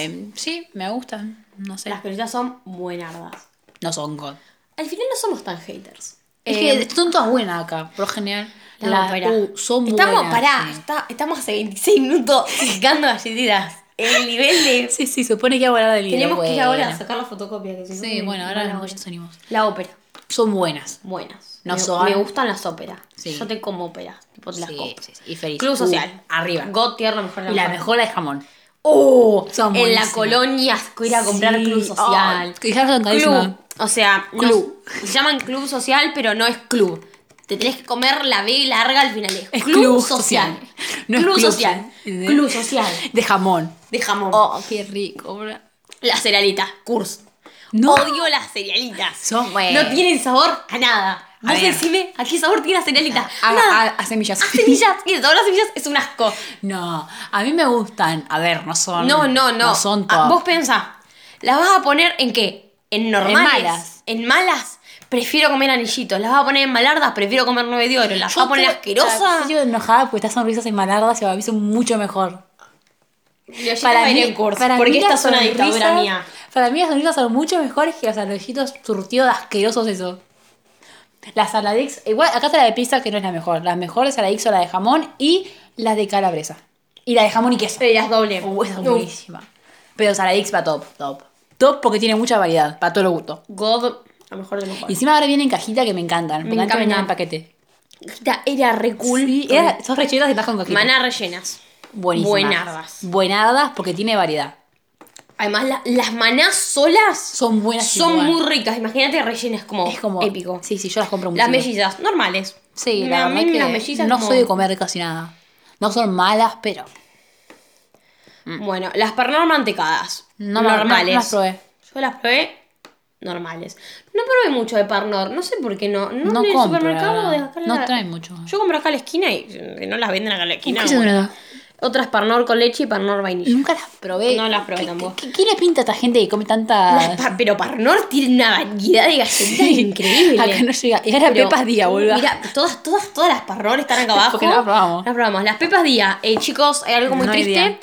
[SPEAKER 2] Buenardas.
[SPEAKER 1] sí, me gustan. No sé.
[SPEAKER 2] Las criollitas son buenardas.
[SPEAKER 1] No son God.
[SPEAKER 2] Al final no somos tan haters.
[SPEAKER 1] Es
[SPEAKER 2] Eh,
[SPEAKER 1] que son todas buenas acá, por lo general.
[SPEAKER 2] No,
[SPEAKER 1] Las
[SPEAKER 2] pará.
[SPEAKER 1] U son
[SPEAKER 2] estamos,
[SPEAKER 1] buenas.
[SPEAKER 2] Pará,
[SPEAKER 1] sí.
[SPEAKER 2] está- estamos hace 26 minutos picando galletitas. El nivel de.
[SPEAKER 1] Sí, sí, supone que ahora del
[SPEAKER 2] Tenemos que ir ahora a
[SPEAKER 1] bueno.
[SPEAKER 2] sacar la fotocopia. Que si no
[SPEAKER 1] Sí,
[SPEAKER 2] me-
[SPEAKER 1] bueno, ahora
[SPEAKER 2] me la
[SPEAKER 1] nos
[SPEAKER 2] voy.
[SPEAKER 1] unimos.
[SPEAKER 2] La ópera.
[SPEAKER 1] Son buenas.
[SPEAKER 2] Buenas.
[SPEAKER 1] No
[SPEAKER 2] me,
[SPEAKER 1] son-
[SPEAKER 2] me gustan las óperas.
[SPEAKER 1] Sí.
[SPEAKER 2] Yo te como óperas. Tipo, te las
[SPEAKER 1] Sí,
[SPEAKER 2] compro.
[SPEAKER 1] sí, sí, y feliz.
[SPEAKER 2] Club
[SPEAKER 1] Uh,
[SPEAKER 2] social.
[SPEAKER 1] arriba.
[SPEAKER 2] Got tierra mejor
[SPEAKER 1] Y la mejor la de jamón.
[SPEAKER 2] ¡Oh!
[SPEAKER 1] Son
[SPEAKER 2] en la
[SPEAKER 1] buenísimas.
[SPEAKER 2] colonia ir a comprar
[SPEAKER 1] Sí.
[SPEAKER 2] club social.
[SPEAKER 1] Oh, que ya son carísimas.
[SPEAKER 2] club. O sea, no-
[SPEAKER 1] Club.
[SPEAKER 2] se llaman club social, pero no es club. Te tenés que comer la B larga al final. Es,
[SPEAKER 1] Es
[SPEAKER 2] club,
[SPEAKER 1] club
[SPEAKER 2] social.
[SPEAKER 1] social. No es
[SPEAKER 2] club,
[SPEAKER 1] club
[SPEAKER 2] social.
[SPEAKER 1] social.
[SPEAKER 2] Club social.
[SPEAKER 1] De jamón.
[SPEAKER 2] De jamón.
[SPEAKER 1] Oh, qué rico, bro.
[SPEAKER 2] La cerealita. Curse.
[SPEAKER 1] No.
[SPEAKER 2] Odio las cerealitas.
[SPEAKER 1] Son buenas.
[SPEAKER 2] No tienen sabor a nada. Vos
[SPEAKER 1] ver. Ah,
[SPEAKER 2] decime a qué sabor tiene la cerealita.
[SPEAKER 1] A,
[SPEAKER 2] A nada.
[SPEAKER 1] a- a semillas.
[SPEAKER 2] A semillas. Y el sabor a semillas es un asco.
[SPEAKER 1] No, a mí me gustan. A ver, no son.
[SPEAKER 2] No, no, no.
[SPEAKER 1] son
[SPEAKER 2] Ah,
[SPEAKER 1] top.
[SPEAKER 2] Vos pensá, ¿las vas a poner en qué? En normales. En malas.
[SPEAKER 1] malas.
[SPEAKER 2] prefiero comer anillitos. ¿Las vas a poner en malardas? Prefiero comer nueve de oro. ¿Las
[SPEAKER 1] Yo
[SPEAKER 2] vas a poner
[SPEAKER 1] te-
[SPEAKER 2] asquerosas?
[SPEAKER 1] Yo estoy enojada porque estas sonrisas en malardas se me son mucho mejor.
[SPEAKER 2] para mí, en curso, porque
[SPEAKER 1] mí
[SPEAKER 2] esta
[SPEAKER 1] las
[SPEAKER 2] es una dictadura
[SPEAKER 1] sonrisas-
[SPEAKER 2] mía.
[SPEAKER 1] Para mí las sonrisas son mucho mejores que los alojitos surtidos de asquerosos eso. Las saladix, igual acá está la de pizza que no es la mejor. Las mejores saladix son la de jamón y las de calabresa. Y la de jamón y queso.
[SPEAKER 2] Y las doble.
[SPEAKER 1] Uh, esa es
[SPEAKER 2] No.
[SPEAKER 1] buenísima. Pero saladix va top, top. Top porque tiene mucha variedad, para todo lo gusto.
[SPEAKER 2] God, a lo mejor de lo mejor.
[SPEAKER 1] Y encima ahora vienen en cajita que me encantan.
[SPEAKER 2] Me
[SPEAKER 1] Me encantan
[SPEAKER 2] encanta.
[SPEAKER 1] en paquete.
[SPEAKER 2] Esta era re cool.
[SPEAKER 1] Sí, era, sos rechetas y estás con cajita.
[SPEAKER 2] Maná rellenas.
[SPEAKER 1] Buenísimas.
[SPEAKER 2] Buenardas.
[SPEAKER 1] Buenardas porque tiene variedad.
[SPEAKER 2] Además, la- las manás solas
[SPEAKER 1] Son buenas
[SPEAKER 2] son
[SPEAKER 1] igual.
[SPEAKER 2] muy ricas. Imagínate rellenas como,
[SPEAKER 1] Es como
[SPEAKER 2] épico.
[SPEAKER 1] Sí, sí, yo las compro mucho.
[SPEAKER 2] Las mellizas, normales. Mm,
[SPEAKER 1] Sí,
[SPEAKER 2] A
[SPEAKER 1] la verdad
[SPEAKER 2] mí
[SPEAKER 1] que
[SPEAKER 2] las mellizas
[SPEAKER 1] no
[SPEAKER 2] como-
[SPEAKER 1] soy de comer casi nada. No son malas, pero
[SPEAKER 2] mm, Bueno, las pernas mantecadas.
[SPEAKER 1] no
[SPEAKER 2] normales.
[SPEAKER 1] No, no las probé.
[SPEAKER 2] Yo las probé normales. No probé mucho de Parnor, no sé por qué no. No,
[SPEAKER 1] No
[SPEAKER 2] en el
[SPEAKER 1] compro,
[SPEAKER 2] supermercado
[SPEAKER 1] la
[SPEAKER 2] de
[SPEAKER 1] verdad.
[SPEAKER 2] acá
[SPEAKER 1] No
[SPEAKER 2] la-
[SPEAKER 1] traen mucho.
[SPEAKER 2] Yo compro acá a la esquina y eh, no las venden acá a la esquina.
[SPEAKER 1] ¿Qué se
[SPEAKER 2] bueno.
[SPEAKER 1] trata?
[SPEAKER 2] Otras Parnor con leche y Parnor vainilla.
[SPEAKER 1] Nunca las probé.
[SPEAKER 2] No las probé
[SPEAKER 1] ¿Qué-
[SPEAKER 2] tampoco.
[SPEAKER 1] ¿Qué, qué le pinta a esta gente que come
[SPEAKER 2] Las
[SPEAKER 1] tantas?
[SPEAKER 2] pa- pero Parnor tiene una variedad de galletitas increíble.
[SPEAKER 1] Acá no llega. Y ahora
[SPEAKER 2] Pero, uh,
[SPEAKER 1] Pepas Día, boludo.
[SPEAKER 2] Mira, todas, todas, todas las Parnor están acá abajo.
[SPEAKER 1] Porque no las probamos.
[SPEAKER 2] Las probamos. Las Pepas Día, eh, chicos, hay algo muy
[SPEAKER 1] No hay
[SPEAKER 2] triste.
[SPEAKER 1] día.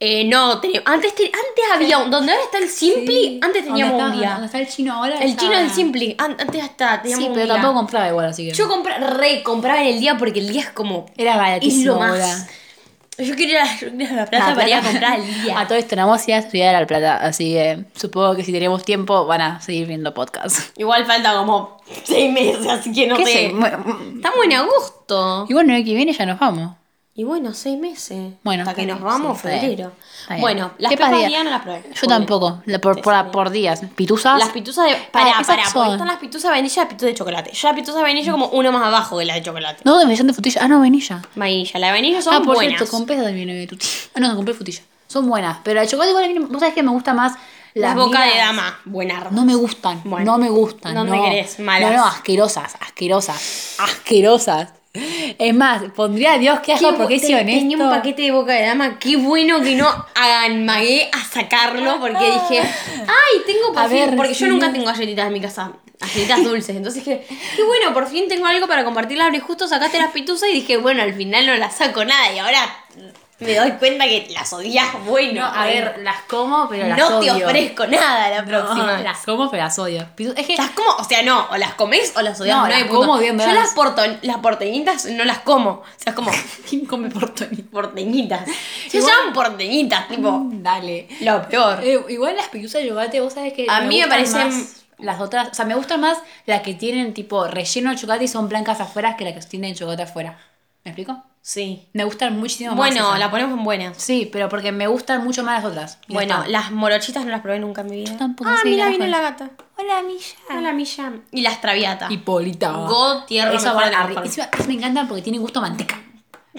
[SPEAKER 2] Eh, no, teníamos- antes, te- antes había un. Donde ahora está el Simpli, antes teníamos un día.
[SPEAKER 1] ¿Dónde está el chino ahora?
[SPEAKER 2] El
[SPEAKER 1] está-
[SPEAKER 2] chino del Simpli. An- Antes hasta teníamos
[SPEAKER 1] Sí,
[SPEAKER 2] un
[SPEAKER 1] pero
[SPEAKER 2] día.
[SPEAKER 1] tampoco compraba igual, así que.
[SPEAKER 2] Yo compra, re compraba en el día porque el día es como.
[SPEAKER 1] Era baratísimo.
[SPEAKER 2] es lo más.
[SPEAKER 1] boluda.
[SPEAKER 2] Yo quería yo quería la plata
[SPEAKER 1] La
[SPEAKER 2] para ir a
[SPEAKER 1] Plata.
[SPEAKER 2] comprar el día.
[SPEAKER 1] A todo esto, Namos iba a estudiar a La Plata, así que supongo que si tenemos tiempo van a seguir viendo podcast.
[SPEAKER 2] Igual falta como seis meses, así que no
[SPEAKER 1] ¿Qué
[SPEAKER 2] sé.
[SPEAKER 1] sé? Bueno, mm,
[SPEAKER 2] Estamos en agosto.
[SPEAKER 1] Y bueno, el que viene ya nos vamos.
[SPEAKER 2] Y bueno, seis meses.
[SPEAKER 1] Bueno,
[SPEAKER 2] Hasta que nos
[SPEAKER 1] sí,
[SPEAKER 2] vamos,
[SPEAKER 1] está bien.
[SPEAKER 2] febrero.
[SPEAKER 1] Está bien.
[SPEAKER 2] Bueno, las
[SPEAKER 1] ¿Qué
[SPEAKER 2] pepas
[SPEAKER 1] pastillas?
[SPEAKER 2] Día no las probé.
[SPEAKER 1] Yo tampoco, la- por, por, por días. ¿Pituzas?
[SPEAKER 2] Las pituzas de. Pará,
[SPEAKER 1] esas
[SPEAKER 2] pará,
[SPEAKER 1] son.
[SPEAKER 2] porque están las pituzas de vainilla y las pituzas de chocolate. Yo la pituza de vainilla como uno más abajo de la de chocolate.
[SPEAKER 1] No, de melón de frutilla. Ah, no, vainilla.
[SPEAKER 2] Vainilla, la de vainilla son
[SPEAKER 1] Ah, por
[SPEAKER 2] buenas.
[SPEAKER 1] cierto, compré esa también de frutilla. Ah, no, compré frutilla. Son buenas. Pero la de chocolate igual, a mí no- vos sabés que me gusta más
[SPEAKER 2] las boca de
[SPEAKER 1] migas.
[SPEAKER 2] dama, buena.
[SPEAKER 1] No me gustan,
[SPEAKER 2] Bueno.
[SPEAKER 1] no me gustan.
[SPEAKER 2] No
[SPEAKER 1] No,
[SPEAKER 2] me querés, malas.
[SPEAKER 1] No, no, asquerosas, asquerosas, asquerosas. Es más, pondría a Dios que asco porque es honesto.
[SPEAKER 2] Tenía un paquete de boca de dama. Qué bueno que no amagué a sacarlo porque dije, ay, tengo por
[SPEAKER 1] A
[SPEAKER 2] fin.
[SPEAKER 1] ver,
[SPEAKER 2] porque yo
[SPEAKER 1] sí.
[SPEAKER 2] nunca tengo galletitas en mi casa, galletitas dulces. Entonces dije, qué bueno, por fin tengo algo para compartir la Y justo sacaste las pituzas y dije, bueno, al final no las saco nada. Y ahora me doy cuenta que las odias. Bueno,
[SPEAKER 1] No, a ver, las como, pero las
[SPEAKER 2] no te
[SPEAKER 1] odio.
[SPEAKER 2] ofrezco nada la
[SPEAKER 1] No,
[SPEAKER 2] próxima. vez.
[SPEAKER 1] las como, pero las odio. Pitu- Es que
[SPEAKER 2] Las como, o sea, no, o las comés o las odias.
[SPEAKER 1] No,
[SPEAKER 2] No, hay
[SPEAKER 1] las
[SPEAKER 2] punto.
[SPEAKER 1] como bien,
[SPEAKER 2] Yo
[SPEAKER 1] ¿verdad?
[SPEAKER 2] las, porto- las porteñitas no las como. O sea, es como
[SPEAKER 1] ¿quién come portoni?
[SPEAKER 2] porteñitas. Se
[SPEAKER 1] Igual- Mm.
[SPEAKER 2] llaman porteñitas, tipo,
[SPEAKER 1] Dale.
[SPEAKER 2] lo peor.
[SPEAKER 1] Eh, igual las pituzas de chocolate, vos sabés que
[SPEAKER 2] A mí me
[SPEAKER 1] gustan
[SPEAKER 2] parecen-
[SPEAKER 1] más las otras, o sea, me gustan más las que tienen tipo relleno de chocolate y son blancas afuera que las que tienen chocolate afuera. ¿Me explico?
[SPEAKER 2] Sí.
[SPEAKER 1] Me gustan muchísimo más.
[SPEAKER 2] Bueno,
[SPEAKER 1] esas.
[SPEAKER 2] la ponemos en buenas.
[SPEAKER 1] Sí, pero porque me gustan mucho más las otras. Y ya
[SPEAKER 2] Bueno,
[SPEAKER 1] está.
[SPEAKER 2] las morochitas no las probé nunca en mi vida.
[SPEAKER 1] Yo tampoco,
[SPEAKER 2] Ah,
[SPEAKER 1] sí,
[SPEAKER 2] mira,
[SPEAKER 1] las
[SPEAKER 2] viene la
[SPEAKER 1] conozco.
[SPEAKER 2] gata.
[SPEAKER 1] Hola, Milla.
[SPEAKER 2] Hola, Milla. Y las traviatas.
[SPEAKER 1] Hipólita.
[SPEAKER 2] Go, tierra,
[SPEAKER 1] Eso
[SPEAKER 2] mejor
[SPEAKER 1] va
[SPEAKER 2] de la
[SPEAKER 1] arri-
[SPEAKER 2] mejor.
[SPEAKER 1] encima, eso me encantan porque tiene gusto a manteca.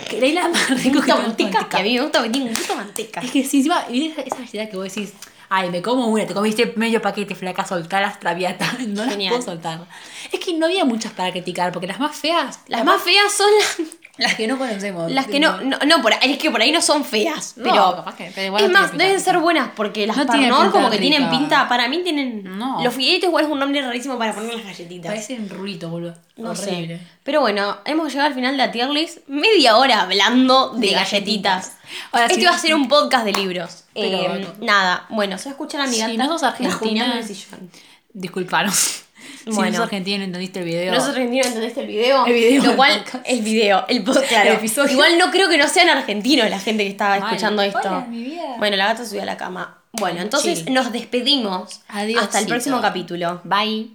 [SPEAKER 1] Que la isla más rico que
[SPEAKER 2] Gusto
[SPEAKER 1] tiene
[SPEAKER 2] manteca. Que a mí me gusta porque tiene un gusto a manteca.
[SPEAKER 1] Es que sí, encima, y esa, esa ansiedad que vos decís, ay, me como una, te comiste medio paquete, flaca, soltá las traviatas. No
[SPEAKER 2] Genial.
[SPEAKER 1] las puedo soltar. Es que no había muchas para criticar, porque las más feas,
[SPEAKER 2] Las más feas son las,
[SPEAKER 1] las que no conocemos.
[SPEAKER 2] las que no, no, no, por ahí- es que por ahí no son feas,
[SPEAKER 1] No,
[SPEAKER 2] pero,
[SPEAKER 1] capaz que- pero igual
[SPEAKER 2] es
[SPEAKER 1] no tiene
[SPEAKER 2] más,
[SPEAKER 1] pinta
[SPEAKER 2] deben
[SPEAKER 1] rica.
[SPEAKER 2] ser buenas porque las
[SPEAKER 1] No tiene
[SPEAKER 2] Parnor
[SPEAKER 1] pinta
[SPEAKER 2] como que tienen
[SPEAKER 1] rica.
[SPEAKER 2] pinta, para mí tienen,
[SPEAKER 1] No.
[SPEAKER 2] los fidelitos igual es un nombre rarísimo para poner las galletitas.
[SPEAKER 1] Parecen ruido, boludo.
[SPEAKER 2] No
[SPEAKER 1] Horrible.
[SPEAKER 2] sé. Pero bueno, hemos llegado al final de la tier list. Media hora hablando de,
[SPEAKER 1] De
[SPEAKER 2] galletitas.
[SPEAKER 1] galletitas. Ahora,
[SPEAKER 2] este
[SPEAKER 1] si-
[SPEAKER 2] va a ser un podcast de libros.
[SPEAKER 1] Pero-
[SPEAKER 2] Eh, nada, bueno, se va a escuchar a mi
[SPEAKER 1] Si
[SPEAKER 2] gata.
[SPEAKER 1] no sos argentina-
[SPEAKER 2] rasguñando en el sillón.
[SPEAKER 1] Disculpanos. Si
[SPEAKER 2] Bueno.
[SPEAKER 1] no sos argentino y no entendiste el video.
[SPEAKER 2] No sos argentino, ¿entendiste el video?
[SPEAKER 1] El video
[SPEAKER 2] Lo
[SPEAKER 1] del
[SPEAKER 2] cual,
[SPEAKER 1] podcast.
[SPEAKER 2] el video, el podcast. claro.
[SPEAKER 1] El episodio.
[SPEAKER 2] Igual no creo que no sean argentinos la gente que estaba
[SPEAKER 1] Mal.
[SPEAKER 2] escuchando esto.
[SPEAKER 1] Hola, mi vida.
[SPEAKER 2] Bueno, la gata subió a la cama. Bueno, entonces
[SPEAKER 1] Chill.
[SPEAKER 2] nos despedimos.
[SPEAKER 1] Adiós.
[SPEAKER 2] Hasta el próximo capítulo.
[SPEAKER 1] Bye.